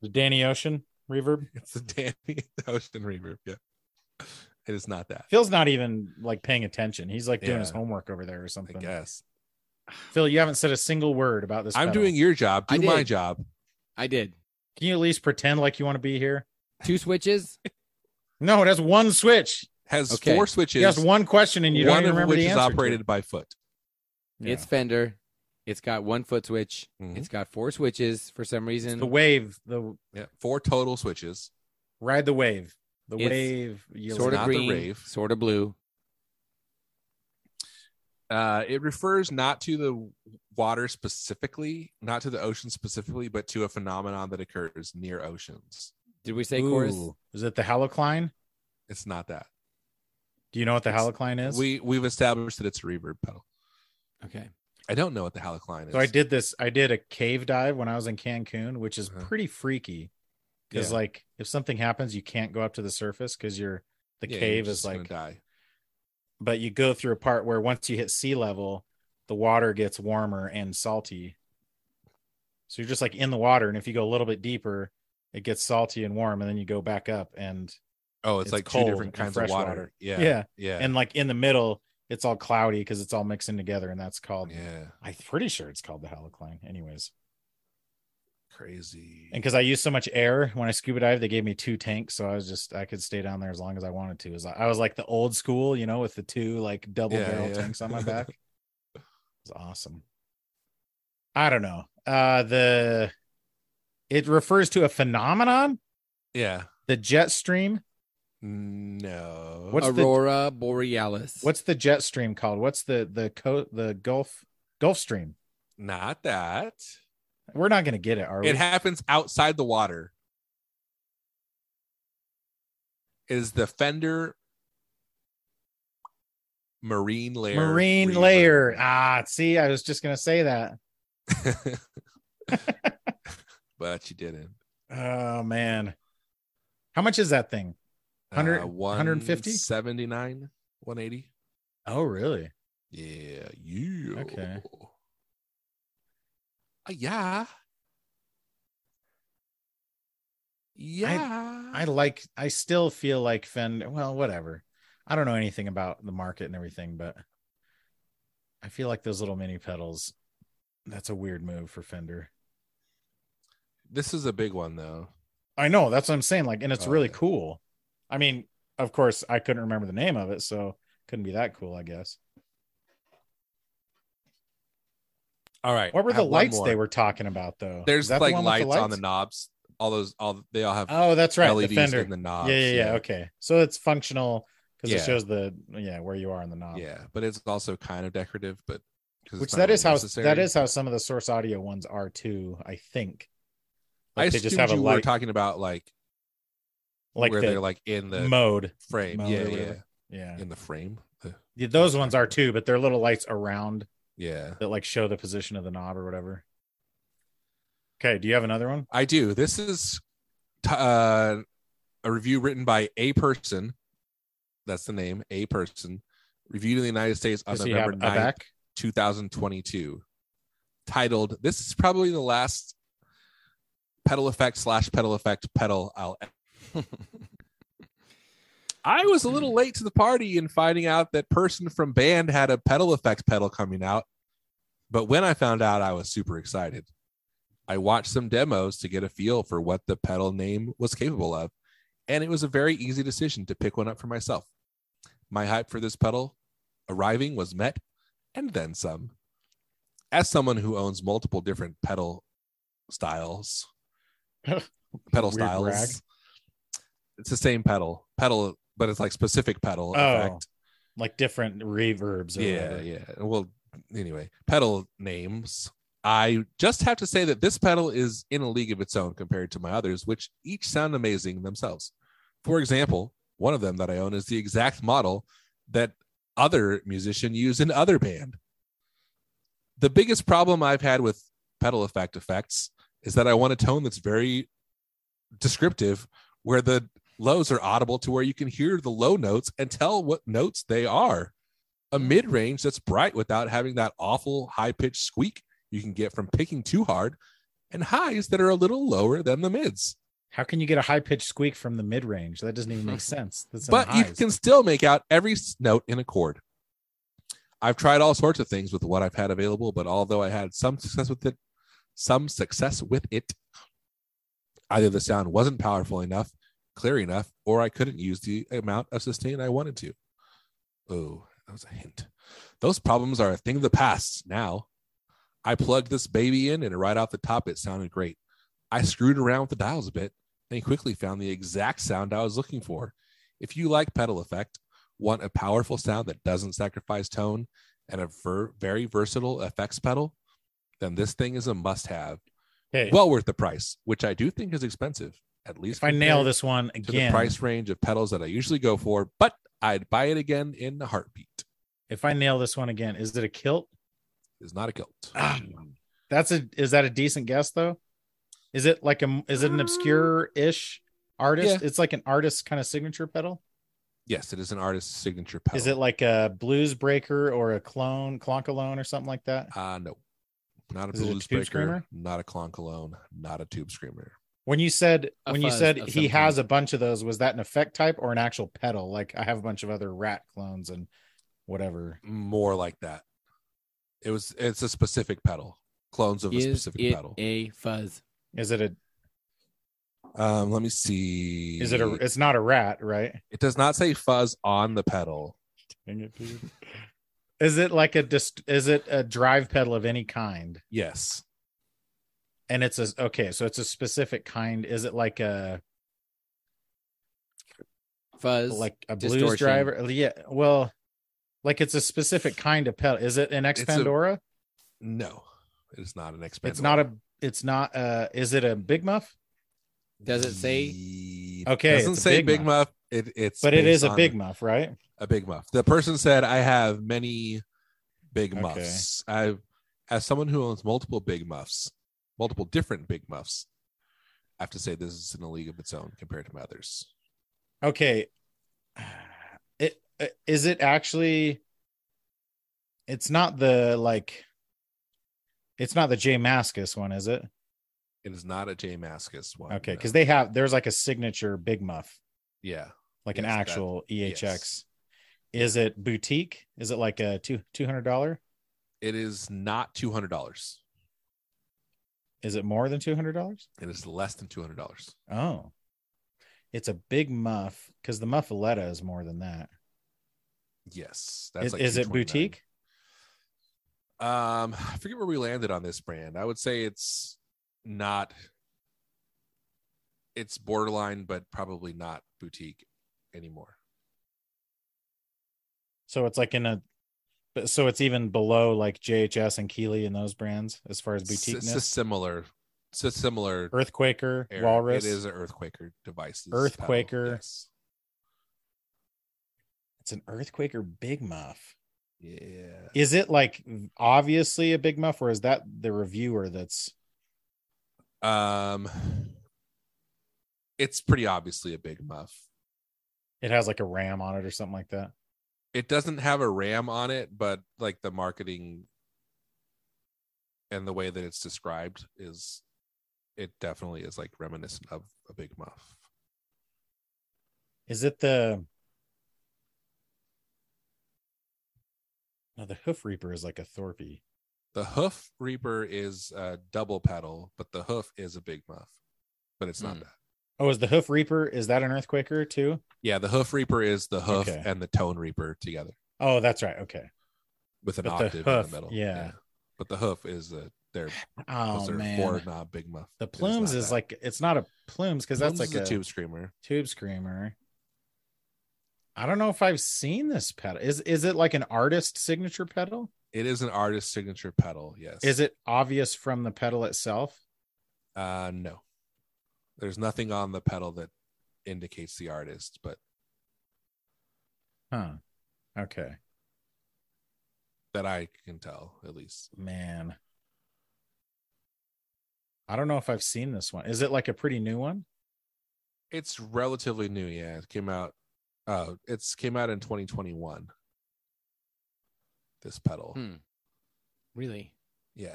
Speaker 3: The Danny Ocean reverb?
Speaker 1: It's a Danny ocean reverb. Yeah, it is not that.
Speaker 3: Phil's not even like paying attention. He's like doing his
Speaker 1: Yeah.
Speaker 3: homework over there or
Speaker 1: I
Speaker 3: something.
Speaker 1: guess
Speaker 3: Phil, you haven't said a single word about this.
Speaker 1: I'm
Speaker 3: pedal.
Speaker 1: doing your job.
Speaker 2: I
Speaker 1: Do my
Speaker 2: did.
Speaker 1: job.
Speaker 2: I did
Speaker 3: Can you at least pretend like you want to be here?
Speaker 2: two switches.
Speaker 3: No, it has one switch.
Speaker 1: Has
Speaker 2: Okay.
Speaker 1: four switches.
Speaker 3: You asked one question and you
Speaker 1: one
Speaker 3: don't even
Speaker 1: of
Speaker 3: remember
Speaker 1: which
Speaker 3: the
Speaker 1: is
Speaker 3: answer. to
Speaker 1: operated
Speaker 3: it.
Speaker 1: by foot.
Speaker 3: Yeah. Mm-hmm.
Speaker 2: It's Fender. It's got one foot switch.
Speaker 1: Mhm.
Speaker 2: It's got four switches for some reason.
Speaker 3: the wave. The
Speaker 1: Mm-hmm. Yeah, four total switches.
Speaker 3: ride the wave. The
Speaker 2: It's
Speaker 3: wave. You
Speaker 2: sort of
Speaker 1: not the
Speaker 2: green,
Speaker 1: rave.
Speaker 2: sort of blue.
Speaker 1: Uh, it refers not to the water specifically, not to the ocean specifically, but to a phenomenon that occurs near oceans.
Speaker 2: Did we say chorus?
Speaker 3: Is it the halocline?
Speaker 1: It's not that.
Speaker 3: Do you know what the
Speaker 1: It's-
Speaker 3: halocline is?
Speaker 1: We we've established that it's a reverb pedal.
Speaker 2: Okay.
Speaker 1: I don't know what the halocline is.
Speaker 3: so I did this. I did a cave dive when I was in Cancun, which is
Speaker 1: Uh-huh.
Speaker 3: pretty freaky. Because
Speaker 1: Yeah.
Speaker 3: like, if something happens, you can't go up to the surface because you're the
Speaker 1: Yeah, you're
Speaker 3: cave
Speaker 1: just
Speaker 3: is
Speaker 1: gonna
Speaker 3: like
Speaker 1: die.
Speaker 3: but you go through a part where once you hit sea level, the water gets warmer and salty. So you're just like in the water, and if you go a little bit deeper, it gets salty and warm, and then you go back up, and
Speaker 1: Oh, it's,
Speaker 3: it's
Speaker 1: like two
Speaker 3: cold
Speaker 1: different
Speaker 3: and
Speaker 1: kinds of
Speaker 3: fresh
Speaker 1: water.
Speaker 3: water.
Speaker 1: Yeah,
Speaker 3: yeah,
Speaker 1: yeah, yeah,
Speaker 3: and like in the middle, it's all cloudy because it's all mixing together, and that's called.
Speaker 1: yeah.
Speaker 3: I'm pretty sure it's called the halocline, anyways.
Speaker 1: Crazy.
Speaker 3: And because I use so much air when I scuba dive, they gave me two tanks, so I was just I could stay down there as long as I wanted to. As I, I was like the old school, you know, with the two like double
Speaker 1: Yeah,
Speaker 3: barrel
Speaker 1: yeah.
Speaker 3: tanks on my back. it was awesome. I don't know. Uh The it refers to a phenomenon,
Speaker 1: yeah,
Speaker 3: the jet stream.
Speaker 1: No.
Speaker 3: What's the-
Speaker 2: Aurora Borealis.
Speaker 3: What's the jet stream called? What's the the co- the Gulf Gulf Stream?
Speaker 1: not that?
Speaker 3: We're not gonna get it, are we?
Speaker 1: It happens outside the water. It Is the Fender Marine Layer?
Speaker 3: Marine
Speaker 1: Reaver.
Speaker 3: layer. Ah, see, I was just gonna say that.
Speaker 1: but you didn't.
Speaker 3: Oh man, how much is that thing?
Speaker 1: Uh,
Speaker 3: 100 150?
Speaker 1: 79, 180.
Speaker 3: Oh, really?
Speaker 1: Yeah, you. Uh,
Speaker 3: Okay.
Speaker 1: yeah. Yeah.
Speaker 3: I like. I still feel like Fender. Well, whatever. I don't know anything about the market and everything, but I feel like those little mini pedals. That's a weird move for Fender.
Speaker 1: this is a big one though.
Speaker 3: I know. That's what I'm saying. Like, and it's
Speaker 1: Oh,
Speaker 3: really
Speaker 1: yeah.
Speaker 3: cool. I mean, of course, I couldn't remember the name of it, so couldn't be that cool, I guess.
Speaker 1: All right.
Speaker 3: What were
Speaker 1: I
Speaker 3: the
Speaker 1: have one
Speaker 3: lights
Speaker 1: more.
Speaker 3: they were talking about though?
Speaker 1: There's
Speaker 3: Is that the
Speaker 1: like
Speaker 3: one with
Speaker 1: lights, on the E knobs. All those all they all have
Speaker 3: Oh, that's right.
Speaker 1: LEDs
Speaker 3: the Fender.
Speaker 1: in the knobs.
Speaker 3: yeah, yeah, yeah. Okay. So it's functional because
Speaker 1: Yeah.
Speaker 3: it shows the yeah where you are in the knob.
Speaker 1: Yeah, but it's also kind of decorative, but 'cause it's
Speaker 3: Which
Speaker 1: not
Speaker 3: that
Speaker 1: really
Speaker 3: is how
Speaker 1: necessary.
Speaker 3: that is how some of the source audio ones are too. I think.
Speaker 1: I
Speaker 3: Like
Speaker 1: assumed you were talking about like,
Speaker 3: like
Speaker 1: where
Speaker 3: the
Speaker 1: they're like in the
Speaker 3: mode.
Speaker 1: frame.
Speaker 3: mode or
Speaker 1: Yeah, yeah,
Speaker 3: whatever. Yeah.
Speaker 1: in the frame. The-
Speaker 3: Yeah, Those ones are too, but they're little lights around
Speaker 1: Yeah,
Speaker 3: that like show the position of the knob or whatever. Okay. Do you have another one?
Speaker 1: I do. This is t- uh, a review written by a person. That's the name, a person. Reviewed in the United States on
Speaker 3: Does he have
Speaker 1: November
Speaker 3: a
Speaker 1: 9th,
Speaker 3: back?
Speaker 1: 2022 titled this is probably the last pedal effect slash pedal effect pedal i'll e-" i was a little late to the party in finding out that person from band had a pedal effect pedal coming out but when i found out i was super excited i watched some demos to get a feel for what the pedal name was capable of and it was a very easy decision to pick one up for myself my hype for this pedal arriving was met and then some. As someone who owns multiple different pedal styles, pedal
Speaker 3: Weird
Speaker 1: styles,
Speaker 3: brag.
Speaker 1: it's the same pedal, pedal, but it's like specific pedal.
Speaker 3: Oh,
Speaker 1: effect.
Speaker 3: Like different reverbs. Or
Speaker 1: yeah,
Speaker 3: whatever.
Speaker 1: yeah. Well, anyway, pedal names. I just have to say that this pedal is in a league of its own compared to my others, which each sound amazing themselves. For example, one of them that I own is the exact model that other musician used in other band. The biggest problem I've had with pedal effect effects is that I want a tone that's very descriptive, where the lows are audible to where you can hear the low notes and tell what notes they are. A mid range that's bright without having that awful high pitched squeak you can get from picking too hard, and highs that are a little lower than the mids.
Speaker 3: How can you get a high pitched squeak from the mid range? That doesn't even make sense. That's in the
Speaker 1: but you
Speaker 3: highs.
Speaker 1: can still make out every s- note in a chord. I've tried all sorts of things with what I've had available, but although I had some success with it, some success with it, either the sound wasn't powerful enough, clear enough, or I couldn't use the amount of sustain I wanted to. Oh, that was a hint. Those problems are a thing of the past now. I plugged this baby in, and right off the top, it sounded great. I screwed around with the dials a bit and quickly found the exact sound I was looking for. If you like pedal effect, want a powerful sound that doesn't sacrifice tone, and a ver- very versatile effects pedal, then this thing is a must have.
Speaker 3: Okay,
Speaker 1: Well worth the price, which I do think is expensive, at least
Speaker 3: if I nail
Speaker 1: compared
Speaker 3: this one
Speaker 1: to the
Speaker 3: again,
Speaker 1: price range of pedals that I usually go for, but I'd buy it again in a heartbeat.
Speaker 3: if I nail this one again, is it a kilt?
Speaker 1: It's not a kilt.
Speaker 3: Ah. That's a is that a decent guess though? Is it like a is it an obscure ish artist? It's like an artist kind of signature pedal.
Speaker 1: Yes, it is an artist's signature pedal.
Speaker 3: Is it like a blues breaker or a clone cloncalone or something like that?
Speaker 1: uh no. Not a
Speaker 3: Is it a
Speaker 1: blues
Speaker 3: tube
Speaker 1: breaker,
Speaker 3: screamer?
Speaker 1: not a clonk alone, not a tube screamer.
Speaker 3: When you said
Speaker 2: A
Speaker 3: when you
Speaker 2: fuzz
Speaker 3: said
Speaker 2: of
Speaker 3: he
Speaker 2: some
Speaker 3: has
Speaker 2: kind.
Speaker 3: a bunch of those, was that an effect type or an actual pedal? Like I have a bunch of other rat clones and whatever.
Speaker 1: More like that. It was it's a specific pedal. Clones of a
Speaker 2: Is
Speaker 1: specific
Speaker 2: it
Speaker 1: pedal.
Speaker 2: a fuzz?
Speaker 3: Is it a
Speaker 1: Um, let me see.
Speaker 3: is it a it's not a rat, right?
Speaker 1: It does not say fuzz on the pedal.
Speaker 3: Dang it, dude. Is it like a dist- is it a drive pedal of any kind?
Speaker 1: Yes,
Speaker 3: and it's a okay so it's a specific kind is it like a
Speaker 2: fuzz.
Speaker 3: like a blues
Speaker 2: distortion.
Speaker 3: driver. Yeah, well, like it's a specific kind of pedal. Is it an ex
Speaker 1: It's a-
Speaker 3: Pandora?
Speaker 1: No, it's not an expandable.
Speaker 3: It's not a. It's not. Uh, is it a Big Muff?
Speaker 2: Does it say?
Speaker 3: Okay,
Speaker 1: doesn't
Speaker 3: it's a
Speaker 1: say
Speaker 3: Big
Speaker 1: Big, Muff. It, it's
Speaker 3: But it
Speaker 1: based
Speaker 3: is a
Speaker 1: on
Speaker 3: Big Muff, right?
Speaker 1: a big muff. The person said, "I have many big
Speaker 3: Okay.
Speaker 1: muffs. I, as someone who owns multiple big muffs, multiple different big muffs, I have to say this is in a league of its own compared to my others.
Speaker 3: Okay. It uh, is it actually? It's not the like. It's not the J Mascus one, is it?
Speaker 1: It is not a J Mascus one.
Speaker 3: Okay,
Speaker 1: Oh, no.
Speaker 3: because they have there's like a signature Big Muff,
Speaker 1: yeah,
Speaker 3: like an
Speaker 1: Yes, that-
Speaker 3: actual EHX.
Speaker 1: yes.
Speaker 3: Is it boutique? Is it like a two two hundred dollar?
Speaker 1: it is not two hundred dollars.
Speaker 3: Is it more than two hundred dollars?
Speaker 1: It is less than two hundred dollars.
Speaker 3: Oh, it's a big muff because the muffaletta is more than that.
Speaker 1: Yes,
Speaker 3: Is
Speaker 1: that's like
Speaker 3: is it
Speaker 1: $229.
Speaker 3: boutique?
Speaker 1: Um, I forget where we landed on this brand. I would say it's not. It's borderline, but probably not boutique anymore.
Speaker 3: So it's like in a, but so it's even below like JHS and Keeley and those brands as far as
Speaker 1: It's,
Speaker 3: boutiqueness.
Speaker 1: it's a similar, it's a similar.
Speaker 3: Earthquaker,
Speaker 1: area.
Speaker 3: Walrus.
Speaker 1: It is an Earthquaker device.
Speaker 3: Earthquaker.
Speaker 1: Yes.
Speaker 3: It's an Earthquaker big muff.
Speaker 1: Yeah.
Speaker 3: Is it like obviously a big muff, or is that the reviewer that's
Speaker 1: Um, it's pretty obviously a big muff.
Speaker 3: it has like a RAM on it or something like that?
Speaker 1: It doesn't have a RAM on it, but like the marketing and the way that it's described is, it definitely is like reminiscent of a big muff.
Speaker 3: Is it the no, the Hoof Reaper is like a Thorpey.
Speaker 1: The hoof reaper is a double pedal, but the hoof is a big muff, but it's not
Speaker 2: Hmm.
Speaker 1: that.
Speaker 3: Oh, is the Hoof Reaper? Is that an Earthquaker too?
Speaker 1: Yeah, the hoof reaper is the hoof
Speaker 3: Okay.
Speaker 1: and the tone reaper together
Speaker 3: Oh, that's right. Okay.
Speaker 1: with an
Speaker 3: But the
Speaker 1: octave in
Speaker 3: hoof,
Speaker 1: the middle.
Speaker 3: yeah.
Speaker 1: But the hoof is the their
Speaker 3: Oh
Speaker 1: those are
Speaker 3: man,
Speaker 1: four knob big muff.
Speaker 3: the
Speaker 1: It
Speaker 3: plumes
Speaker 1: not
Speaker 3: is
Speaker 1: that.
Speaker 3: like it's not a plumes because that's
Speaker 1: Plumes is a
Speaker 3: like a, tube.
Speaker 1: tube screamer.
Speaker 3: screamer. I don't know if I've seen this pedal. Is is it like an artist signature pedal?
Speaker 1: It is an artist signature pedal, yes.
Speaker 3: Is it obvious from the pedal itself?
Speaker 1: uh no. There's nothing on the pedal that indicates the artist, but
Speaker 3: Huh. Okay,
Speaker 1: that I can tell at least.
Speaker 3: man. I don't know if I've seen this one. Is it like a pretty new one?
Speaker 1: It's relatively new, yeah. It came out uh it's came out in 2021. This pedal.
Speaker 2: Hmm. Really?
Speaker 1: Yeah.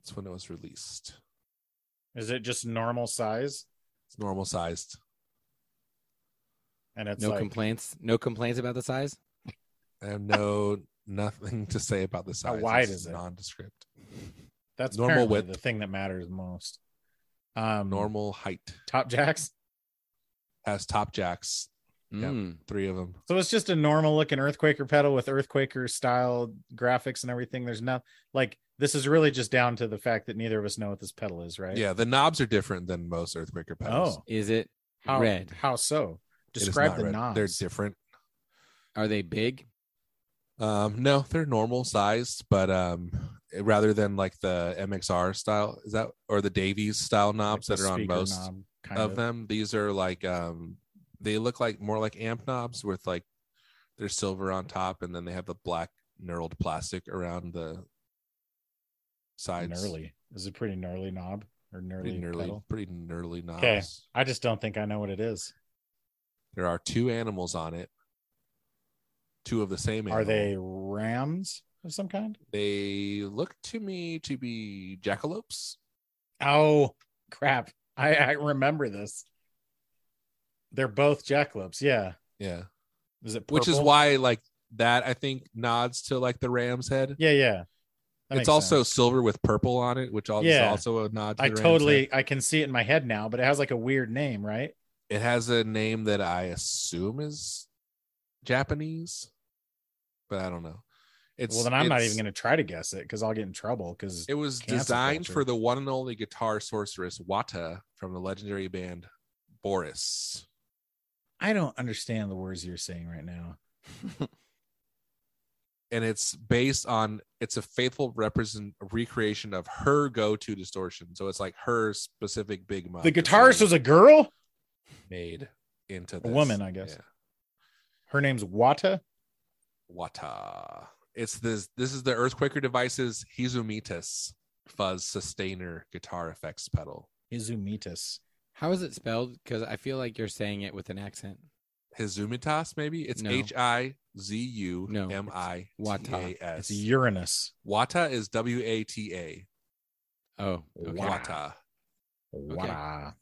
Speaker 1: That's when it was released.
Speaker 3: Is it just normal size?
Speaker 1: It's normal sized.
Speaker 3: And it's
Speaker 2: no
Speaker 3: like
Speaker 2: complaints. No complaints about the size.
Speaker 1: I have no nothing to say about the
Speaker 3: How
Speaker 1: size.
Speaker 3: wide
Speaker 1: It's
Speaker 3: is it?
Speaker 1: Nondescript.
Speaker 3: that's
Speaker 1: normal
Speaker 3: normal width.
Speaker 1: width.
Speaker 3: The thing that matters most. Um,
Speaker 1: Normal height
Speaker 3: top jacks.
Speaker 1: has top jacks, Yep.
Speaker 2: Mm.
Speaker 1: three of them.
Speaker 3: So it's just a normal looking Earthquaker pedal with Earthquaker style graphics and everything. There's not like this is really just down to the fact that neither of us know what this pedal is, right?
Speaker 1: Yeah, the knobs are different than most Earthquaker pedals.
Speaker 3: Oh,
Speaker 2: Is it
Speaker 3: how,
Speaker 2: red?
Speaker 3: How so?
Speaker 1: It is
Speaker 3: Describe
Speaker 1: not
Speaker 3: the
Speaker 1: red.
Speaker 3: knobs.
Speaker 1: They're different.
Speaker 2: Are they big?
Speaker 1: Um, no, they're normal sized, but um, rather than like the MXR style, is that or the Davies style
Speaker 3: Like
Speaker 1: knobs
Speaker 3: the
Speaker 1: that are on
Speaker 3: speaker
Speaker 1: most
Speaker 3: knob, kind
Speaker 1: of them, these are like um, they look like more like amp knobs with like they're silver on top, and then they have the black knurled plastic around the sides.
Speaker 3: Gnarly. This is a pretty gnarly knob or gnarly,
Speaker 1: pretty gnarly,
Speaker 3: pedal.
Speaker 1: pretty gnarly knobs.
Speaker 3: Okay. I just don't think I know what it is.
Speaker 1: There are two animals on it. Two of the same animal.
Speaker 3: Are they rams of some kind?
Speaker 1: They look to me to be jackalopes.
Speaker 3: Oh crap! I, I remember this. They're both jackalopes. Yeah.
Speaker 1: Yeah.
Speaker 3: Is it
Speaker 1: Which is
Speaker 3: purple?
Speaker 1: why like that I think nods to like the ram's head.
Speaker 3: Yeah, yeah. That makes
Speaker 1: it's also
Speaker 3: sense.
Speaker 1: silver with purple on it, which al- is
Speaker 3: Yeah.
Speaker 1: also a nod to
Speaker 3: I
Speaker 1: the ram's
Speaker 3: totally
Speaker 1: head.
Speaker 3: I can see it in my head now, but it has like a weird name, right?
Speaker 1: it has a name that I assume is Japanese, but I don't know. It's
Speaker 3: well, then I'm not
Speaker 1: it's-
Speaker 3: even going to try to guess it because I'll get in trouble. Because
Speaker 1: It was
Speaker 3: Cancel
Speaker 1: designed
Speaker 3: culture.
Speaker 1: for the one and only guitar sorceress Wata from the legendary band Boris.
Speaker 3: I don't understand the words you're saying right now.
Speaker 1: and it's based on it's a faithful represent recreation of her go-to distortion. So it's like her specific big mouth.
Speaker 3: The guitarist was a girl.
Speaker 1: made into
Speaker 3: A woman, I guess.
Speaker 1: Yeah.
Speaker 3: Her name's Wata.
Speaker 1: Wata. It's this. This is the Earthquaker Devices Hizumitas fuzz sustainer guitar effects pedal.
Speaker 3: Izumitas.
Speaker 2: How is it spelled? Because I feel like you're saying it with an accent.
Speaker 1: Hizumitas, maybe it's
Speaker 2: No.
Speaker 1: H I Z U
Speaker 2: No,
Speaker 1: M I T
Speaker 2: Wata.
Speaker 1: A S.
Speaker 3: It's Uranus.
Speaker 1: Wata is W A T A.
Speaker 2: Oh, okay.
Speaker 3: Wow.
Speaker 1: Wata.
Speaker 3: Wata.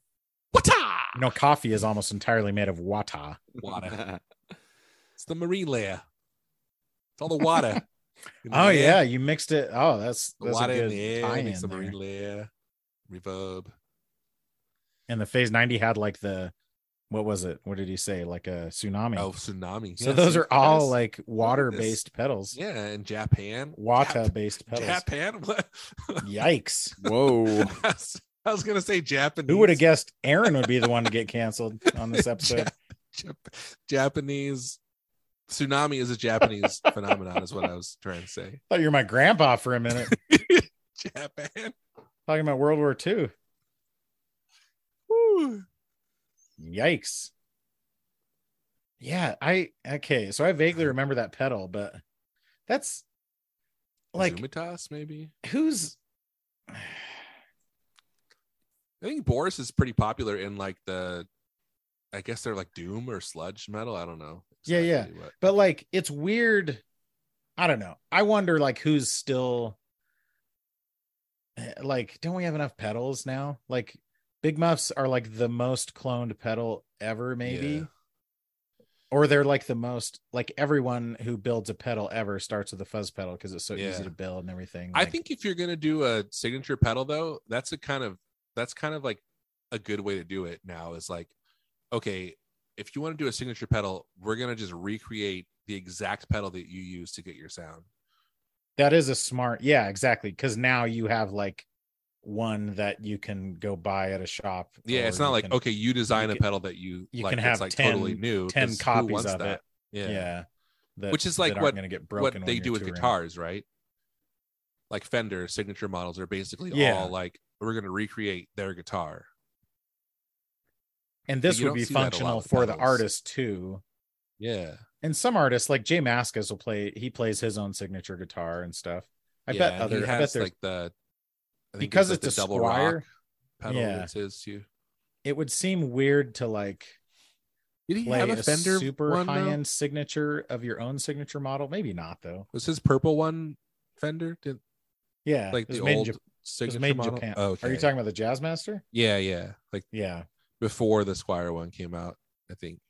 Speaker 1: Wata.
Speaker 3: You know, coffee is almost entirely made of wata.
Speaker 1: Wata. It's the marine layer. It's all the water. in the
Speaker 3: Oh
Speaker 1: air.
Speaker 3: yeah, you mixed it. Oh, that's
Speaker 1: the
Speaker 3: that's
Speaker 1: water
Speaker 3: a
Speaker 1: in
Speaker 3: good
Speaker 1: the air
Speaker 3: tie-in
Speaker 1: makes the
Speaker 3: there.
Speaker 1: marine layer. Reverb.
Speaker 3: And the Phase 90 had like the what was it? What did he say? Like a tsunami.
Speaker 1: Oh, tsunami.
Speaker 3: so
Speaker 1: Yeah,
Speaker 3: those
Speaker 1: see,
Speaker 3: are all
Speaker 1: yes.
Speaker 3: like water-based pedals.
Speaker 1: yeah, in Japan. Jap-
Speaker 3: Wata-based pedals.
Speaker 1: Japan. What?
Speaker 3: Yikes.
Speaker 2: Whoa.
Speaker 1: I was- I was gonna say Japanese.
Speaker 3: Who would have guessed Aaron would be the one to get canceled on this episode?
Speaker 1: Jap- Japanese tsunami is a Japanese phenomenon, is what I was trying to say.
Speaker 3: thought you were my grandpa for a minute.
Speaker 1: Japan.
Speaker 3: Talking about World War II.
Speaker 1: Woo.
Speaker 3: Yikes. Yeah, I okay. So I vaguely remember that pedal, but that's like
Speaker 1: Zumitas, maybe.
Speaker 3: who's
Speaker 1: I think Boris is pretty popular in like the, I guess they're like doom or sludge metal. I don't know.
Speaker 3: Yeah,
Speaker 1: yeah.
Speaker 3: yeah.
Speaker 1: But
Speaker 3: but like it's weird. I don't know. I wonder like who's still eh, like don't we have enough pedals now? Like Big Muffs are like the most cloned pedal ever maybe.
Speaker 1: Yeah.
Speaker 3: Or they're like the most like everyone who builds a pedal ever starts with a fuzz pedal because it's so
Speaker 1: Yeah.
Speaker 3: easy to build and everything.
Speaker 1: I
Speaker 3: Like,
Speaker 1: think if you're gonna do a signature pedal though, that's a kind of that's kind of like a good way to do it now is like, okay, if you want to do a signature pedal, we're gonna just recreate the exact pedal that you use to get your sound.
Speaker 3: That is a smart, yeah, exactly. Because now you have like one that you can go buy at a shop.
Speaker 1: Yeah, it's
Speaker 3: or
Speaker 1: not
Speaker 3: you
Speaker 1: like
Speaker 3: can-
Speaker 1: okay, you design
Speaker 3: you
Speaker 1: a
Speaker 3: can-
Speaker 1: pedal that you,
Speaker 3: you
Speaker 1: like
Speaker 3: can
Speaker 1: it's,
Speaker 3: have
Speaker 1: like
Speaker 3: 10
Speaker 1: totally new.
Speaker 3: 10
Speaker 1: 'cause who
Speaker 3: copies
Speaker 1: wants
Speaker 3: of
Speaker 1: that?
Speaker 3: it.
Speaker 1: Yeah.
Speaker 3: yeah, that-
Speaker 1: Which is
Speaker 3: that
Speaker 1: like
Speaker 3: aren't
Speaker 1: what-
Speaker 3: gonna get
Speaker 1: What
Speaker 3: broken when
Speaker 1: they
Speaker 3: you're
Speaker 1: do with
Speaker 3: touring.
Speaker 1: guitars, right? Like Fender signature models are basically
Speaker 3: Yeah.
Speaker 1: all like we're gonna recreate their guitar.
Speaker 3: And this
Speaker 1: you
Speaker 3: would
Speaker 1: don't
Speaker 3: be
Speaker 1: see that a lot
Speaker 3: functional
Speaker 1: with
Speaker 3: for the
Speaker 1: pedals.
Speaker 3: artist too.
Speaker 1: Yeah.
Speaker 3: And some artists like Jay Maskus will play. He plays his own signature guitar and stuff. I
Speaker 1: yeah,
Speaker 3: bet
Speaker 1: and
Speaker 3: other.
Speaker 1: he
Speaker 3: I bet
Speaker 1: has
Speaker 3: there's
Speaker 1: like the I think
Speaker 3: because
Speaker 1: there's,
Speaker 3: it's
Speaker 1: like,
Speaker 3: a
Speaker 1: the double
Speaker 3: Squire.
Speaker 1: rock pedal
Speaker 3: Yeah.
Speaker 1: that's his too.
Speaker 3: It would seem weird to like
Speaker 1: Did he
Speaker 3: play
Speaker 1: have
Speaker 3: a,
Speaker 1: a Fender
Speaker 3: super
Speaker 1: one, though?
Speaker 3: high end signature of your own signature model. Maybe not though.
Speaker 1: Was his purple one Fender? Did
Speaker 3: Yeah,
Speaker 1: like
Speaker 3: Uh, it was
Speaker 1: the
Speaker 3: made in
Speaker 1: old
Speaker 3: Jap- It
Speaker 1: signature
Speaker 3: was made in
Speaker 1: model?
Speaker 3: Japan.
Speaker 1: Oh, okay.
Speaker 3: Are you talking about the Jazz Master?
Speaker 1: Yeah, yeah. Like
Speaker 3: Yeah.
Speaker 1: before the Squire one came out, I think.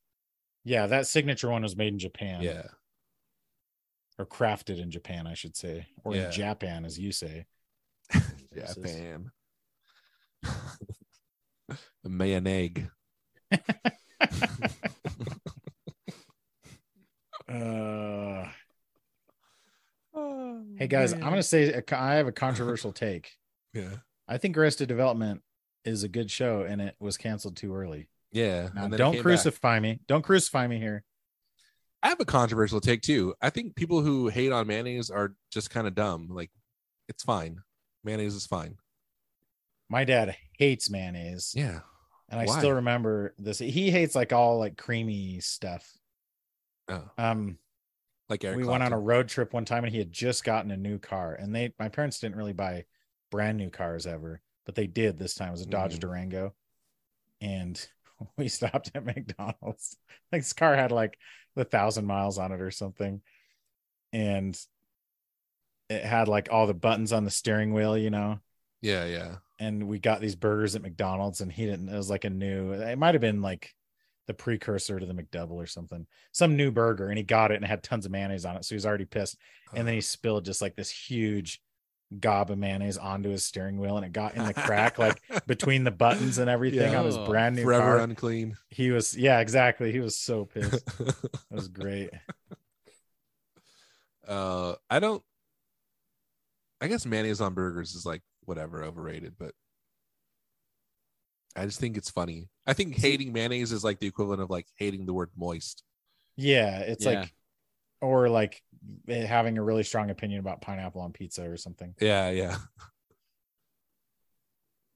Speaker 3: Yeah, that signature one was made in Japan.
Speaker 1: Yeah.
Speaker 3: Or crafted in Japan, I should say. Or
Speaker 1: Yeah.
Speaker 3: in Japan, as you say. This is-
Speaker 1: Japan. a man egg.
Speaker 3: Uh, hey guys, I'm gonna say a co- I have a controversial take.
Speaker 1: Yeah.
Speaker 3: I think Arrested Development is a good show and it was canceled too early.
Speaker 1: Yeah.
Speaker 3: Now,
Speaker 1: and then it
Speaker 3: don't
Speaker 1: came back.
Speaker 3: crucify me. Don't crucify me here.
Speaker 1: I have a controversial take too. I think people who hate on mayonnaise are just kind of dumb. Like, it's fine. Mayonnaise is fine.
Speaker 3: My dad hates mayonnaise.
Speaker 1: Yeah.
Speaker 3: and I
Speaker 1: Why?
Speaker 3: still remember this. He hates like all like creamy stuff.
Speaker 1: Oh,
Speaker 3: Um
Speaker 1: like Eric.
Speaker 3: we went on a
Speaker 1: Clapton.
Speaker 3: road trip one time and he had just gotten a new car and they my parents didn't really buy brand new cars ever but they did this time it was a dodge
Speaker 1: Mhm.
Speaker 3: durango and we stopped at mcdonald's like this car had like a thousand miles on it or something and it had like all the buttons on the steering wheel you know
Speaker 1: Yeah, yeah.
Speaker 3: and we got these burgers at mcdonald's and he didn't it was like a new it might have been like the precursor to the mcdouble or something some new burger and he got it and it had tons of mayonnaise on it so he was already pissed and then he spilled just like this huge gob of mayonnaise onto his steering wheel and it got in the crack like between the buttons and everything on his
Speaker 2: Yeah.
Speaker 3: brand new
Speaker 1: forever
Speaker 3: car.
Speaker 1: unclean.
Speaker 3: he was yeah exactly he was so pissed that was great
Speaker 1: uh, I don't. I guess mayonnaise on burgers is like whatever overrated, but I just think it's funny. I think hating mayonnaise is like the equivalent of like hating the word moist.
Speaker 3: Yeah, it's
Speaker 2: Yeah.
Speaker 3: like or like eh, having a really strong opinion about pineapple on pizza or something.
Speaker 1: Yeah, yeah. It's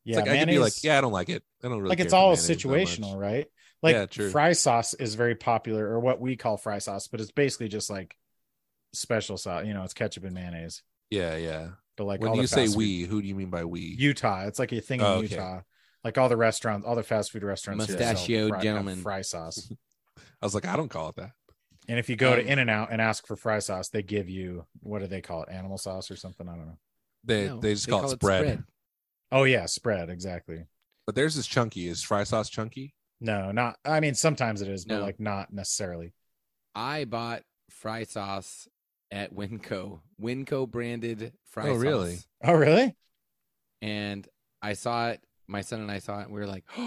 Speaker 3: Yeah,
Speaker 1: like I could be like,
Speaker 3: mayonnaise-
Speaker 1: yeah, I don't like it. I don't really
Speaker 3: like it's
Speaker 1: care for
Speaker 3: all
Speaker 1: mayonnaise that
Speaker 3: situational,
Speaker 1: much.
Speaker 3: right? Like
Speaker 1: Yeah, true.
Speaker 3: fry sauce is very popular, or what we call fry sauce, but it's basically just like special sauce. You know, it's ketchup and mayonnaise.
Speaker 1: Yeah, yeah.
Speaker 3: But like all
Speaker 1: when
Speaker 3: the
Speaker 1: you say
Speaker 3: fast food-
Speaker 1: we, who do you mean by we?
Speaker 3: Utah, it's like a thing
Speaker 1: Oh,
Speaker 3: in
Speaker 1: okay.
Speaker 3: Utah. Like all the restaurants, all the fast food restaurants, here sell
Speaker 2: Mustachioed
Speaker 3: fry, have
Speaker 2: gentlemen.
Speaker 3: fry sauce.
Speaker 1: I was like, I don't call it that.
Speaker 3: And if you go to
Speaker 2: Um,
Speaker 3: In and Out and ask for fry sauce, they give you what do they call it? Animal sauce or something? I don't know.
Speaker 1: They
Speaker 2: No,
Speaker 1: they just call, it spread.
Speaker 3: Oh yeah, spread exactly.
Speaker 1: But theirs is chunky. Is fry sauce chunky?
Speaker 3: No, not. I mean, sometimes it is, but
Speaker 2: No.
Speaker 3: like not necessarily.
Speaker 2: I bought fry sauce at Winco. Winco branded fry
Speaker 1: Oh,
Speaker 2: sauce.
Speaker 1: really?
Speaker 3: Oh really?
Speaker 2: And I saw it. My son and I saw it. And we were like,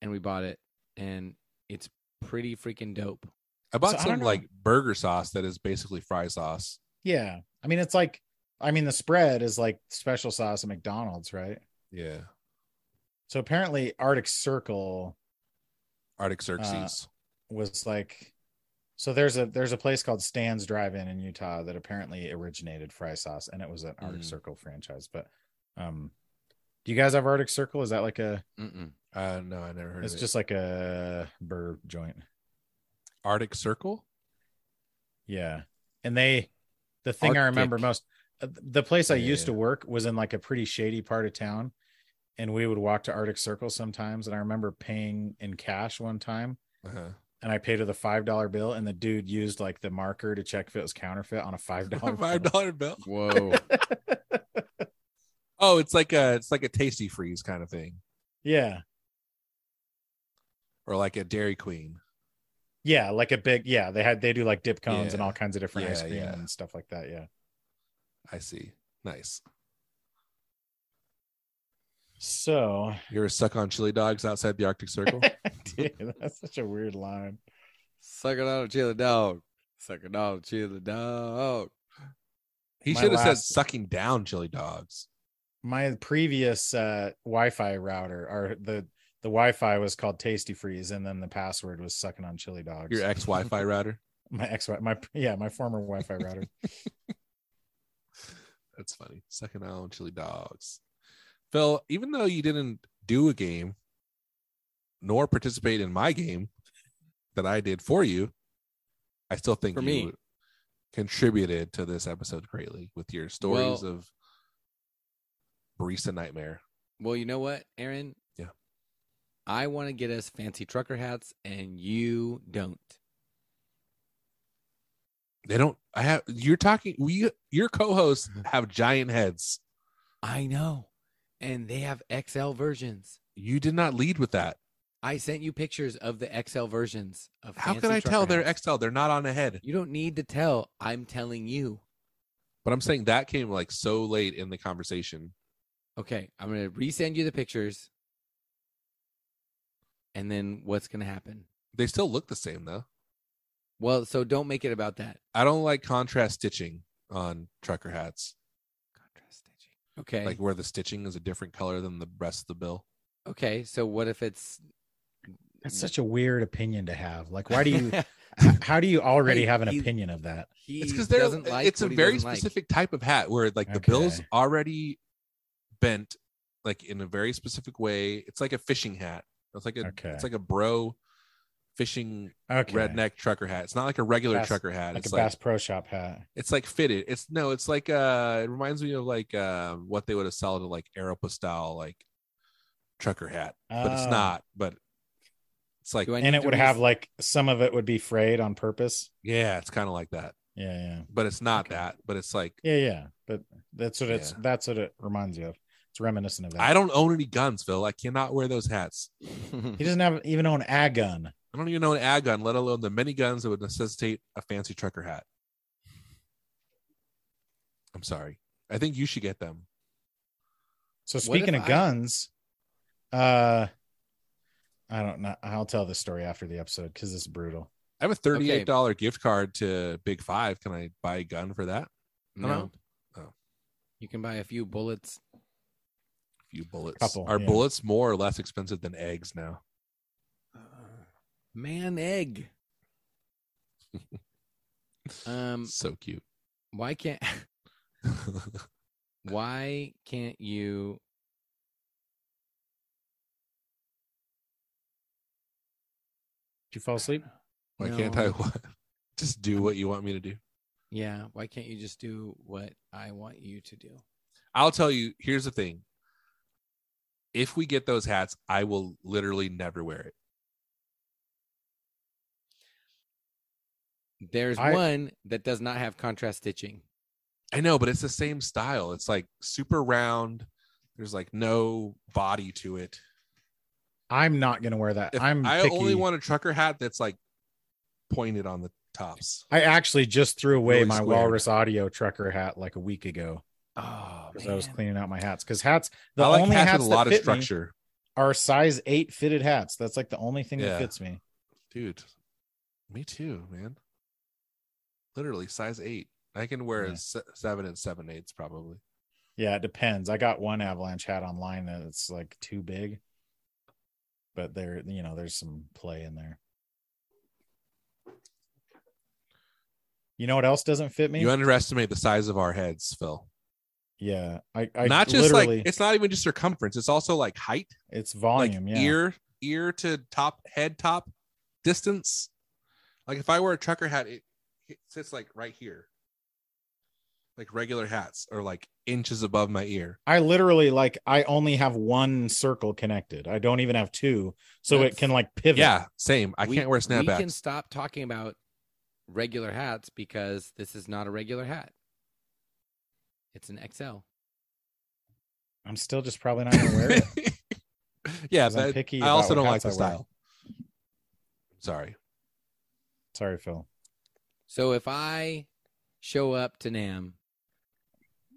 Speaker 2: and we bought it. And it's pretty freaking dope.
Speaker 1: I bought
Speaker 3: So I don't
Speaker 1: some
Speaker 3: know.
Speaker 1: like burger sauce that is basically fry sauce.
Speaker 3: Yeah. I mean, it's like. I mean, the spread is like special sauce at McDonald's, right?
Speaker 1: Yeah.
Speaker 3: So apparently, Arctic Circle
Speaker 1: Arctic Xerxes.
Speaker 3: was like. So there's a there's a place called Stan's Drive-In in Utah that apparently originated fry sauce, and it was an Arctic
Speaker 1: Mm.
Speaker 3: Circle franchise. But, um, do you guys have Arctic Circle? Is that like a?
Speaker 2: Mm-mm.
Speaker 1: Uh, no, I never heard
Speaker 3: It's
Speaker 1: of it.
Speaker 3: just like a burr joint.
Speaker 1: Arctic Circle.
Speaker 3: Yeah. And they, the thing I remember
Speaker 2: Arctic.
Speaker 3: most, uh, the place I
Speaker 1: Yeah,
Speaker 3: used to
Speaker 1: yeah.
Speaker 3: work was in like a pretty shady part of town. And we would walk to Arctic Circle sometimes. And I remember paying in cash one time.
Speaker 1: Uh-huh.
Speaker 3: And I paid with a $5 bill. And the dude used like the marker to check if it was counterfeit on a $5 bill.
Speaker 1: Five dollar bill.
Speaker 2: Whoa.
Speaker 1: Oh, it's like a it's like a tasty freeze kind of thing,
Speaker 3: Yeah.
Speaker 1: or like a Dairy Queen.
Speaker 3: Yeah. Like a big, yeah. They had, they do like dip cones and
Speaker 1: Yeah.
Speaker 3: all kinds of different ice
Speaker 1: Yeah,
Speaker 3: cream
Speaker 1: yeah.
Speaker 3: and stuff like that. Yeah.
Speaker 1: I see. Nice.
Speaker 3: So,
Speaker 1: You ever suck on chili dogs outside the Arctic Circle?
Speaker 3: dude, that's such a weird line.
Speaker 2: Suck it out, chill the dog. Suck it out, chill the dog.
Speaker 1: He
Speaker 3: My
Speaker 1: should have said
Speaker 3: last-
Speaker 1: sucking down chili dogs.
Speaker 3: my previous uh wi-fi router or the the wi-fi was called tasty freeze and then the password was sucking on chili dogs
Speaker 1: Your ex Wi-Fi router.
Speaker 3: my ex my yeah my former wi-fi router
Speaker 1: That's funny. Sucking down chili dogs. Phil, even though you didn't do a game nor participate in my game that I did for you, I still think
Speaker 2: For
Speaker 1: you
Speaker 2: me.
Speaker 1: contributed to this episode greatly with your stories
Speaker 2: Well-
Speaker 1: of barista nightmare.
Speaker 2: Well, you know what, Aaron?
Speaker 1: Yeah.
Speaker 2: I want to get us fancy trucker hats, and you don't.
Speaker 1: They don't I have you're talking we your co-hosts have giant heads.
Speaker 2: I know. And they have XL versions.
Speaker 1: You did not lead with that.
Speaker 2: I sent you pictures of the XL versions of.
Speaker 1: How
Speaker 2: fancy
Speaker 1: can I
Speaker 2: trucker
Speaker 1: tell they're
Speaker 2: hats.
Speaker 1: XL? They're not on a head.
Speaker 2: You don't need to tell. I'm telling you.
Speaker 1: But I'm saying that came like so late in the conversation.
Speaker 2: Okay, I'm gonna resend you the pictures. And then what's gonna happen?
Speaker 1: They still look the same though.
Speaker 2: Well, so don't make it about that.
Speaker 1: I don't like contrast stitching on trucker hats,
Speaker 2: Contrast stitching. Okay.
Speaker 1: like where the stitching is a different color than the rest of the bill.
Speaker 2: okay. So what if it's?
Speaker 3: that's such a weird opinion to have like why do you how do you already
Speaker 2: Hey,
Speaker 3: have an
Speaker 2: he-
Speaker 3: opinion of that
Speaker 2: he
Speaker 1: it's because
Speaker 2: because
Speaker 1: they're
Speaker 2: doesn't like.
Speaker 1: it's a
Speaker 2: what he
Speaker 1: very
Speaker 2: doesn't like.
Speaker 1: specific type of hat where like the bill's
Speaker 3: Okay.
Speaker 1: already bent, like in a very specific way. It's like a fishing hat. It's like a
Speaker 3: Okay.
Speaker 1: it's like a bro fishing
Speaker 3: okay
Speaker 1: redneck trucker hat. It's not like a regular
Speaker 3: Bass-
Speaker 1: trucker hat.
Speaker 3: like a
Speaker 1: it's
Speaker 3: bass pro shop hat
Speaker 1: it's like fitted. It's no, it's like uh it reminds me of like uh what they would have sold to like Aeropostale like trucker hat. But it's
Speaker 3: Oh.
Speaker 1: not, but it's like
Speaker 2: Do I
Speaker 3: and
Speaker 2: need
Speaker 3: it
Speaker 2: to
Speaker 3: would
Speaker 2: res-
Speaker 3: have like some of it would be frayed on purpose
Speaker 1: yeah, it's kind of like that.
Speaker 3: yeah yeah
Speaker 1: But it's not
Speaker 2: Okay.
Speaker 1: that, but it's like
Speaker 3: yeah yeah but that's what it's
Speaker 1: Yeah.
Speaker 3: that's what it reminds you of it's reminiscent of that
Speaker 1: I don't own any guns, Phil. I cannot wear those hats.
Speaker 3: he doesn't have even own a gun
Speaker 1: I don't even own an ag gun, let alone the many guns that would necessitate a fancy trucker hat. I'm sorry. I think you should get them.
Speaker 3: So
Speaker 2: What
Speaker 3: speaking
Speaker 2: if
Speaker 3: of
Speaker 2: I-
Speaker 3: guns, uh I don't know. I'll tell this story after the episode because it's brutal.
Speaker 1: I have a $38 gift card to Big Five. Can I buy a gun for that?
Speaker 2: no.
Speaker 1: Oh.
Speaker 2: You can buy a few bullets.
Speaker 1: few bullets.
Speaker 3: Couple,
Speaker 1: Are
Speaker 3: yeah.
Speaker 1: bullets more or less expensive than eggs now?
Speaker 2: Man egg. um
Speaker 1: so cute.
Speaker 2: why can't why can't you
Speaker 3: Did you fall asleep?
Speaker 1: Why can't I
Speaker 2: No.
Speaker 1: what? Just do what you want me to do.
Speaker 2: Yeah, why can't you just do what I want you to do?
Speaker 1: I'll tell you, here's the thing. If we get those hats, I will literally never wear it.
Speaker 2: There's
Speaker 3: I-
Speaker 2: one that does not have contrast stitching.
Speaker 1: I know, but it's the same style. It's like super round. There's like no body to it.
Speaker 3: I'm not gonna wear that.
Speaker 1: If
Speaker 3: I'm
Speaker 1: I
Speaker 3: picky.
Speaker 1: only want a trucker hat that's like pointed on the tops.
Speaker 3: I actually just threw away
Speaker 1: Really
Speaker 3: my
Speaker 1: squared.
Speaker 3: Walrus Audio trucker hat like a week ago
Speaker 2: Oh,
Speaker 3: because I was cleaning out my hats. Because hats, the
Speaker 1: I like
Speaker 3: only
Speaker 1: hats,
Speaker 3: hats,
Speaker 1: with a
Speaker 3: that
Speaker 1: lot of
Speaker 3: fit me
Speaker 1: structure.
Speaker 3: are size eight fitted hats. That's like the only thing
Speaker 1: Yeah.
Speaker 3: that fits me.
Speaker 1: Dude, me too, man. Literally size eight. I can wear
Speaker 3: Yeah.
Speaker 1: a se- seven and seven eighths probably.
Speaker 3: Yeah, it depends. I got one avalanche hat online that it's like too big, but there, you know, there's some play in there. You know what else doesn't fit me?
Speaker 1: You underestimate the size of our heads, Phil.
Speaker 3: yeah, I, I
Speaker 1: not just
Speaker 3: literally,
Speaker 1: like it's not even just circumference. It's also like height,
Speaker 3: it's volume.
Speaker 1: like
Speaker 3: yeah,
Speaker 1: ear, ear to top, head top, distance. Like if I wear a trucker hat, it, it sits like right here. Like regular hats are like inches above my ear.
Speaker 3: I literally like I only have one circle connected. I don't even have two, so
Speaker 2: That's-
Speaker 3: it can like pivot.
Speaker 1: Yeah, same. I
Speaker 2: We-
Speaker 1: can't wear
Speaker 2: We can
Speaker 1: snapbacks.
Speaker 2: stop talking about regular hats because this is not a regular hat. It's an XL.
Speaker 3: I'm still just probably not gonna wear it.
Speaker 1: yeah,
Speaker 3: 'cause I'm
Speaker 1: but
Speaker 3: picky
Speaker 1: I
Speaker 3: about
Speaker 1: also
Speaker 3: what
Speaker 1: don't like
Speaker 3: hats
Speaker 1: the
Speaker 3: I wear.
Speaker 1: style. Sorry.
Speaker 3: Sorry, Phil.
Speaker 2: So if I show up to Nam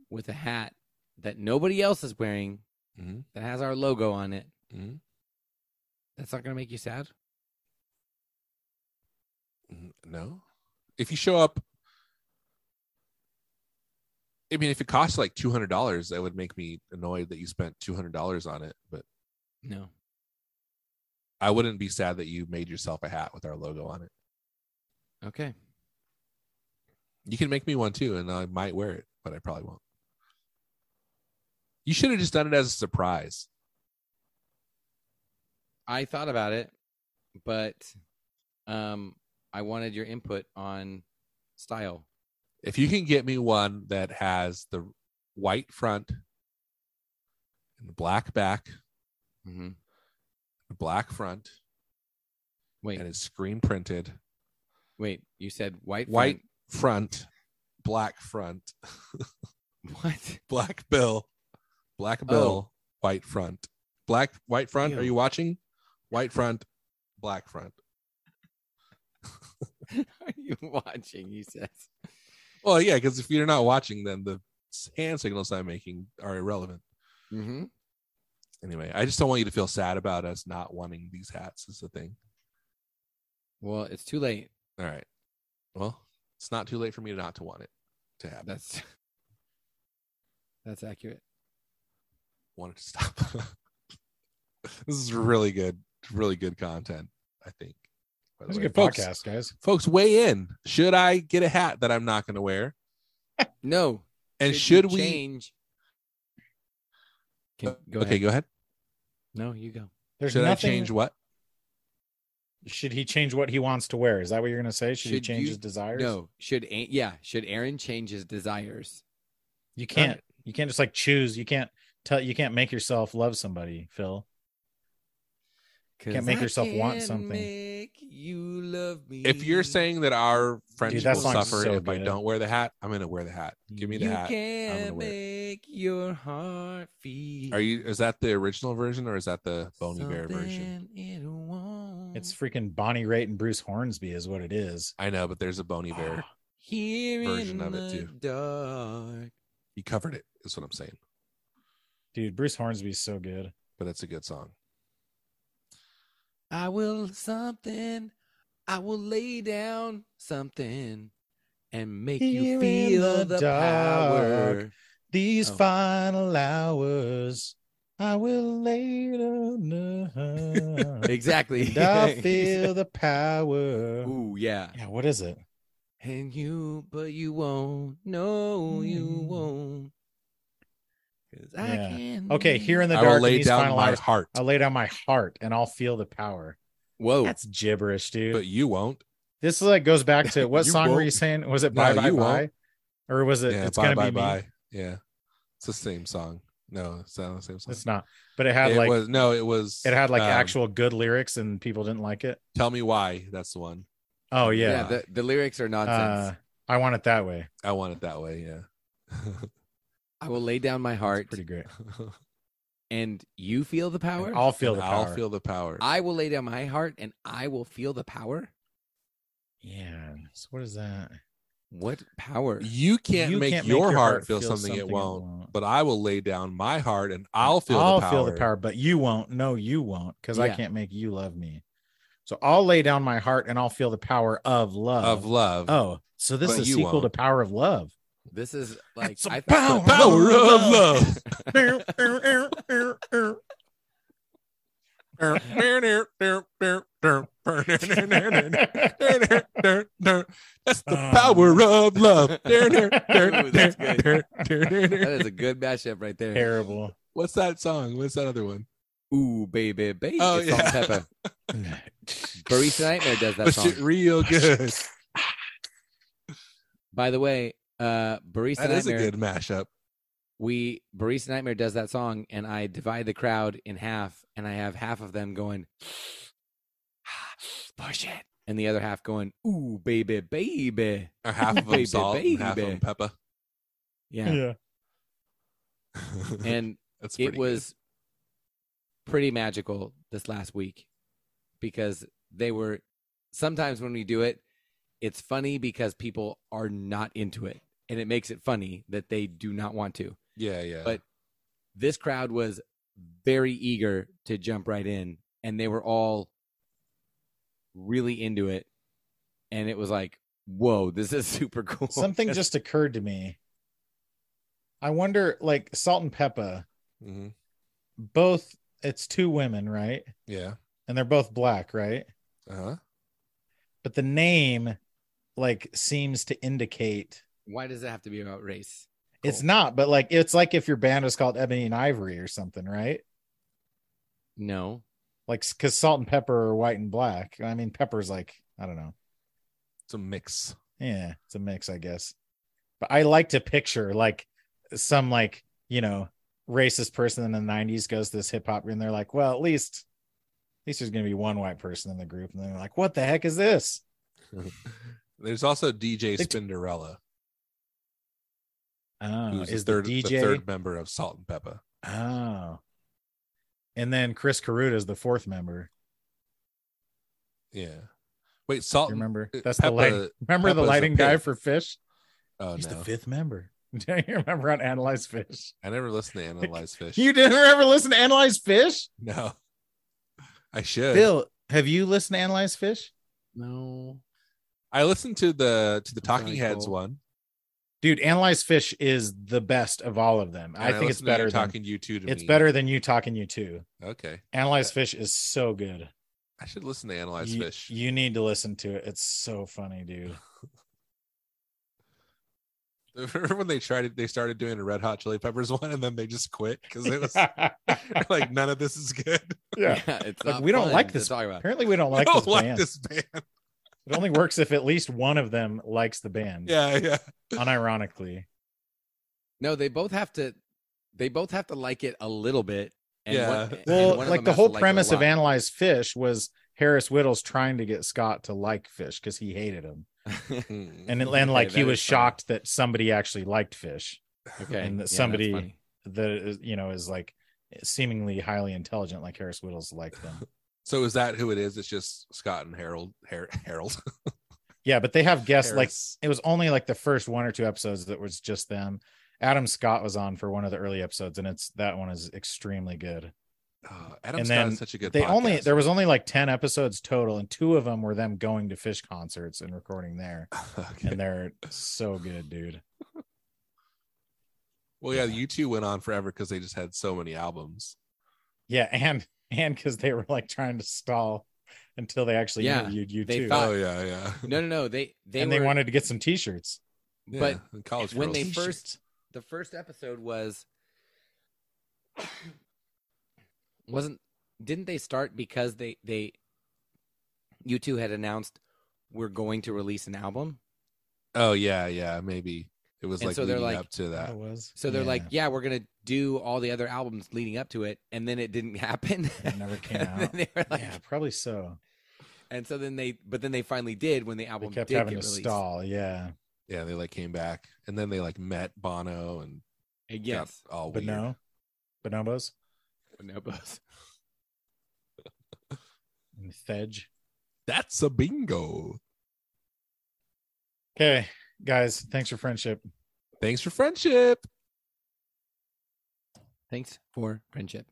Speaker 2: with a hat that nobody else is wearing
Speaker 1: Mhm.
Speaker 2: that has our logo on it,
Speaker 1: Mhm.
Speaker 2: that's not going to make you sad.
Speaker 1: Mm, No. If you show up, I mean, if it costs like two hundred dollars, that would make me annoyed that you spent two hundred dollars on it. But
Speaker 2: No.
Speaker 1: I wouldn't be sad that you made yourself a hat with our logo on it.
Speaker 2: Okay.
Speaker 1: You can make me one too, and I might wear it, but I probably won't. You should have just done it as a surprise.
Speaker 2: I thought about it, but um, I wanted your input on style.
Speaker 1: If you can get me one that has the white front and the black back,
Speaker 2: Mm-hmm.
Speaker 1: the black front,
Speaker 2: Wait,
Speaker 1: and it's screen printed.
Speaker 2: wait. You said white.
Speaker 1: White front, black front,
Speaker 2: front- What?
Speaker 1: black bill, black
Speaker 3: Oh.
Speaker 1: bill, white front, black white front. Are
Speaker 2: Ew.
Speaker 1: you watching? White front, black front.
Speaker 2: Are you watching? You said.
Speaker 1: Well, yeah, because if you're not watching, then the s- hand signals I'm making are irrelevant.
Speaker 2: Mm-hmm.
Speaker 1: Anyway, I just don't want you to feel sad about us not wanting these hats. Is the thing.
Speaker 2: Well, it's too late.
Speaker 1: All right. Well, it's not too late for me not to want it to happen.
Speaker 2: That's that's accurate.
Speaker 1: want it to stop. this is really good, really good content. I think. by the
Speaker 3: That's a
Speaker 1: way.
Speaker 3: good
Speaker 1: Folks,
Speaker 3: podcast, guys.
Speaker 1: folks weigh in should i get a hat that i'm not going to wear
Speaker 2: No.
Speaker 1: and
Speaker 2: you
Speaker 1: should, we Uh,
Speaker 2: change? Can, go
Speaker 1: okay
Speaker 2: ahead.
Speaker 1: go ahead
Speaker 2: No, you go.
Speaker 3: There's
Speaker 1: should
Speaker 3: nothing.
Speaker 1: i change what
Speaker 3: Should he change what he wants to wear? Is that what you're gonna say? Should, he
Speaker 2: Should
Speaker 3: change
Speaker 2: you-
Speaker 3: his desires?
Speaker 2: No, should A- yeah, should Aaron change his desires?
Speaker 3: you can't. You can't just like choose. You can't tell. You can't make yourself love somebody, Phil.
Speaker 2: 'Cause
Speaker 3: Can't make
Speaker 2: I
Speaker 3: yourself want
Speaker 2: can't
Speaker 3: something.
Speaker 2: Make you love me.
Speaker 1: if you're saying that our friendship
Speaker 3: that
Speaker 1: will
Speaker 3: song's
Speaker 1: suffer
Speaker 3: so
Speaker 1: if i
Speaker 3: good.
Speaker 1: don't wear the hat i'm going to wear the hat give me the
Speaker 2: you
Speaker 1: hat gonna
Speaker 2: can't
Speaker 1: wear it.
Speaker 2: make your heart feel.
Speaker 1: are you is that the original version or is that the bony bear version
Speaker 2: something it won't.
Speaker 3: It's freaking Bonnie Raitt and Bruce Hornsby, is what it is.
Speaker 1: i know but there's a bony bear
Speaker 3: Ah.
Speaker 2: here
Speaker 1: version
Speaker 2: in
Speaker 1: of it,
Speaker 2: the
Speaker 1: too.
Speaker 2: dark.
Speaker 1: you covered it is what i'm saying
Speaker 3: Dude, Bruce Hornsby's so good.
Speaker 1: but that's a good song
Speaker 2: I will something. I will lay down something and make you
Speaker 3: Here in
Speaker 2: feel
Speaker 3: the
Speaker 2: the
Speaker 3: dark.
Speaker 2: power.
Speaker 3: These
Speaker 2: Oh.
Speaker 3: final hours. I will lay down the
Speaker 2: Exactly.
Speaker 3: and I feel the power.
Speaker 2: Ooh, yeah.
Speaker 3: Yeah, what is it?
Speaker 2: And you, but you won't. No, you
Speaker 3: Mm.
Speaker 2: won't. Cause I
Speaker 3: Yeah.
Speaker 2: can.
Speaker 3: Okay, here in the
Speaker 1: I
Speaker 3: dark.
Speaker 1: will
Speaker 3: in
Speaker 1: lay
Speaker 3: these
Speaker 1: down
Speaker 3: final
Speaker 1: my
Speaker 3: hours,
Speaker 1: heart,
Speaker 3: I'll lay down my heart and I'll feel the power.
Speaker 2: Whoa.
Speaker 3: That's gibberish, dude.
Speaker 1: but you won't.
Speaker 3: this is like goes back to what
Speaker 1: You
Speaker 3: song were
Speaker 1: won't.
Speaker 3: you saying? Was it
Speaker 1: No,
Speaker 3: Bye Bye
Speaker 1: you
Speaker 3: Bye?
Speaker 1: won't.
Speaker 3: Or was it
Speaker 1: yeah,
Speaker 3: It's
Speaker 1: bye
Speaker 3: Gonna
Speaker 1: bye
Speaker 3: Be Me?
Speaker 1: bye. Yeah, it's the same song. No, it's not the same song.
Speaker 3: It's not. But it had
Speaker 1: it
Speaker 3: like
Speaker 1: was no, it was.
Speaker 3: it had like
Speaker 1: um,
Speaker 3: actual good lyrics and people didn't like it.
Speaker 1: Tell me why. That's the one.
Speaker 3: Oh
Speaker 1: yeah.
Speaker 3: yeah.
Speaker 2: the, the lyrics are nonsense.
Speaker 3: uh, I want it that way.
Speaker 1: I want it that way. Yeah.
Speaker 2: I will lay down my
Speaker 3: It's
Speaker 2: heart
Speaker 3: pretty great.
Speaker 2: and you feel the power.
Speaker 3: I'll feel
Speaker 1: And
Speaker 3: the
Speaker 1: I'll
Speaker 3: power.
Speaker 1: feel the power.
Speaker 2: I will lay down my heart and I will feel the power.
Speaker 3: yeah. So what is that?
Speaker 2: What power?
Speaker 1: you can't
Speaker 3: You
Speaker 1: make
Speaker 3: can't
Speaker 1: your, heart, feel, something, it won't, but I will lay down my heart and I'll feel
Speaker 3: I'll
Speaker 1: the power.
Speaker 3: feel the power, but you won't. No, you won't, because I
Speaker 2: Yeah.
Speaker 3: can't make you love me. So I'll lay down my heart and I'll feel the power of love.
Speaker 1: of love.
Speaker 3: Oh, so this
Speaker 1: But
Speaker 3: is a
Speaker 1: you
Speaker 3: sequel to
Speaker 1: won't.
Speaker 3: Power of Love.
Speaker 2: This is like
Speaker 3: That's a
Speaker 2: I
Speaker 1: The
Speaker 2: thought,
Speaker 3: power.
Speaker 1: power of love. That's the
Speaker 3: Um.
Speaker 1: power of love.
Speaker 2: Ooh, that's that is a good mashup right there.
Speaker 3: Terrible.
Speaker 1: What's that song? What's that other one?
Speaker 2: Ooh, baby, baby,
Speaker 1: Oh,
Speaker 2: salt and
Speaker 1: yeah.
Speaker 2: pepper. Barista Nightmare does that
Speaker 1: That
Speaker 2: song.
Speaker 1: shit real good.
Speaker 2: By the way, uh, Barista
Speaker 1: That
Speaker 2: Nightmare.
Speaker 1: is a good mashup.
Speaker 2: we Barista Nightmare does that song, and I divide the crowd in half, and I have half of them going, push it, and the other half going, ooh, baby, baby.
Speaker 1: Or half of them
Speaker 2: Baby,
Speaker 1: salt, and half of
Speaker 2: baby.
Speaker 1: them pepper.
Speaker 2: Yeah.
Speaker 3: yeah.
Speaker 2: And
Speaker 1: That's
Speaker 2: it
Speaker 1: pretty
Speaker 2: was pretty magical this last week because they were sometimes when we do it, it's funny because people are not into it, and it makes it funny that they do not want to.
Speaker 1: good. yeah, yeah.
Speaker 2: but this crowd was very eager to jump right in and they were all really into it and it was like whoa this is super cool
Speaker 3: Something just occurred to me. I wonder, like Salt and Peppa,
Speaker 1: Mhm.
Speaker 3: both it's two women, right?
Speaker 1: yeah.
Speaker 3: And they're both black, right?
Speaker 1: Uh-huh.
Speaker 3: But the name like seems to indicate
Speaker 2: why does it have to be about race
Speaker 3: it's not, but like it's like if your band was called Ebony and Ivory or something, right?
Speaker 2: no
Speaker 3: Like because Salt and Pepper are white and black. I mean, Pepper's like I don't know.
Speaker 1: It's a mix.
Speaker 3: yeah it's a mix i guess but i like to picture like some like you know racist person in the 90s goes to this hip-hop and they're like well at least at least there's gonna be one white person in the group and they're like what the heck is this
Speaker 1: There's also DJ
Speaker 3: They-
Speaker 1: Spinderella,
Speaker 3: oh
Speaker 1: who's
Speaker 3: is
Speaker 1: the third,
Speaker 3: the dj
Speaker 1: the third member of Salt and Pepper.
Speaker 3: oh and then chris caruta is the fourth member
Speaker 1: Yeah. Wait, Salt.
Speaker 3: You
Speaker 1: and-
Speaker 3: remember
Speaker 1: uh,
Speaker 3: that's the
Speaker 1: Peppa-
Speaker 3: light remember the
Speaker 1: Peppa's a
Speaker 3: lighting guy
Speaker 1: pig.
Speaker 3: for fish
Speaker 1: Oh
Speaker 3: he's
Speaker 1: no,
Speaker 3: the fifth member do you remember on analyze fish
Speaker 1: I never listened to Analyze Fish.
Speaker 3: you didn't ever listen to analyze fish
Speaker 1: no, I should.
Speaker 3: bill have you listened to analyze fish
Speaker 2: no
Speaker 1: I listened to the to the
Speaker 2: Sorry,
Speaker 1: Talking Heads
Speaker 2: Cole.
Speaker 1: one.
Speaker 3: Dude, analyze fish is the best of all of them. I
Speaker 1: and
Speaker 3: think it's
Speaker 1: listened to You
Speaker 3: better than
Speaker 1: talking you two. To
Speaker 3: it's
Speaker 1: Me.
Speaker 3: better than you talking you two.
Speaker 1: Okay,
Speaker 3: Analyze fish is so good.
Speaker 1: I should listen to Analyze
Speaker 3: You,
Speaker 1: Fish.
Speaker 3: you need to listen to it. It's so funny, dude.
Speaker 1: Remember when they tried it? They started doing a Red Hot Chili Peppers one, and then they just quit because it was like none of this is good.
Speaker 3: yeah.
Speaker 2: it's
Speaker 3: Like,
Speaker 2: not
Speaker 3: we don't
Speaker 2: fun
Speaker 3: like
Speaker 2: to
Speaker 3: this
Speaker 2: talk about.
Speaker 3: Apparently, we don't
Speaker 1: I
Speaker 3: like,
Speaker 1: don't
Speaker 3: this,
Speaker 1: like
Speaker 3: band.
Speaker 1: this band.
Speaker 3: It only works if at least one of them likes the band.
Speaker 1: Yeah, yeah.
Speaker 3: Unironically,
Speaker 2: no they both have to they both have to like it a little bit and
Speaker 1: Yeah.
Speaker 2: one, and
Speaker 3: well,
Speaker 2: one of
Speaker 3: like
Speaker 2: them
Speaker 3: the
Speaker 2: has to
Speaker 3: whole
Speaker 2: like it a
Speaker 3: premise of
Speaker 2: lot.
Speaker 3: analyze fish was Harris Whittle's trying to get Scott to like fish because he hated him,
Speaker 2: Hmm.
Speaker 3: and it- and
Speaker 2: Okay,
Speaker 3: like he
Speaker 2: that
Speaker 3: was
Speaker 2: is funny.
Speaker 3: shocked that somebody actually liked fish.
Speaker 2: okay
Speaker 3: and that
Speaker 2: yeah, that's
Speaker 3: somebody-
Speaker 2: funny.
Speaker 3: that is, you know is like seemingly highly intelligent like harris whittle's like them
Speaker 1: So is that who it is? It's just Scott and Harold. Har- Harold.
Speaker 3: yeah but they have guests like
Speaker 1: Harris.
Speaker 3: it was only like the first one or two episodes that was just them adam scott was on for one of the early episodes and it's that one is extremely good
Speaker 1: Oh, Adam
Speaker 3: and
Speaker 1: Scott
Speaker 3: then
Speaker 1: is such a good.
Speaker 3: they only
Speaker 1: podcaster.
Speaker 3: there was only like 10 episodes total and two of them were them going to fish concerts and recording there
Speaker 1: Okay.
Speaker 3: and they're so good dude
Speaker 1: Well, yeah, you two went on forever because they just had so many albums.
Speaker 3: Yeah, and and because they were like trying to stall until they actually
Speaker 2: Yeah,
Speaker 3: interviewed you
Speaker 2: they
Speaker 3: too,
Speaker 2: thought-
Speaker 1: oh yeah, yeah.
Speaker 2: No, no, no. They they
Speaker 3: and
Speaker 2: were,
Speaker 3: they wanted to get some T-shirts.
Speaker 1: Yeah,
Speaker 2: but
Speaker 1: and college
Speaker 2: when
Speaker 1: girls.
Speaker 2: they first the first episode was wasn't didn't they start because they they you two had announced we're going to release an album
Speaker 1: oh yeah, yeah, maybe it was
Speaker 2: And
Speaker 1: like
Speaker 2: so they're
Speaker 1: leading
Speaker 2: like-
Speaker 1: up to
Speaker 3: That
Speaker 1: that.
Speaker 3: was
Speaker 2: so they're
Speaker 3: Yeah,
Speaker 2: like yeah we're gonna do all the other albums leading up to it and then it didn't happen
Speaker 3: It never came
Speaker 2: And then
Speaker 3: out.
Speaker 2: they were like-
Speaker 3: yeah, probably so.
Speaker 2: and so then they but then they finally did when the
Speaker 3: They
Speaker 2: album
Speaker 3: kept
Speaker 2: did
Speaker 3: having to
Speaker 2: get released
Speaker 3: stall. Yeah,
Speaker 1: Yeah, they like came back and then they like met Bono and
Speaker 2: And
Speaker 1: got
Speaker 2: yes
Speaker 1: all
Speaker 3: but
Speaker 1: weird.
Speaker 3: no, bonobos
Speaker 2: bonobos
Speaker 3: and Fedge.
Speaker 1: That's a bingo.
Speaker 3: Okay, guys, thanks for friendship.
Speaker 1: Thanks for friendship.
Speaker 2: thanks for friendship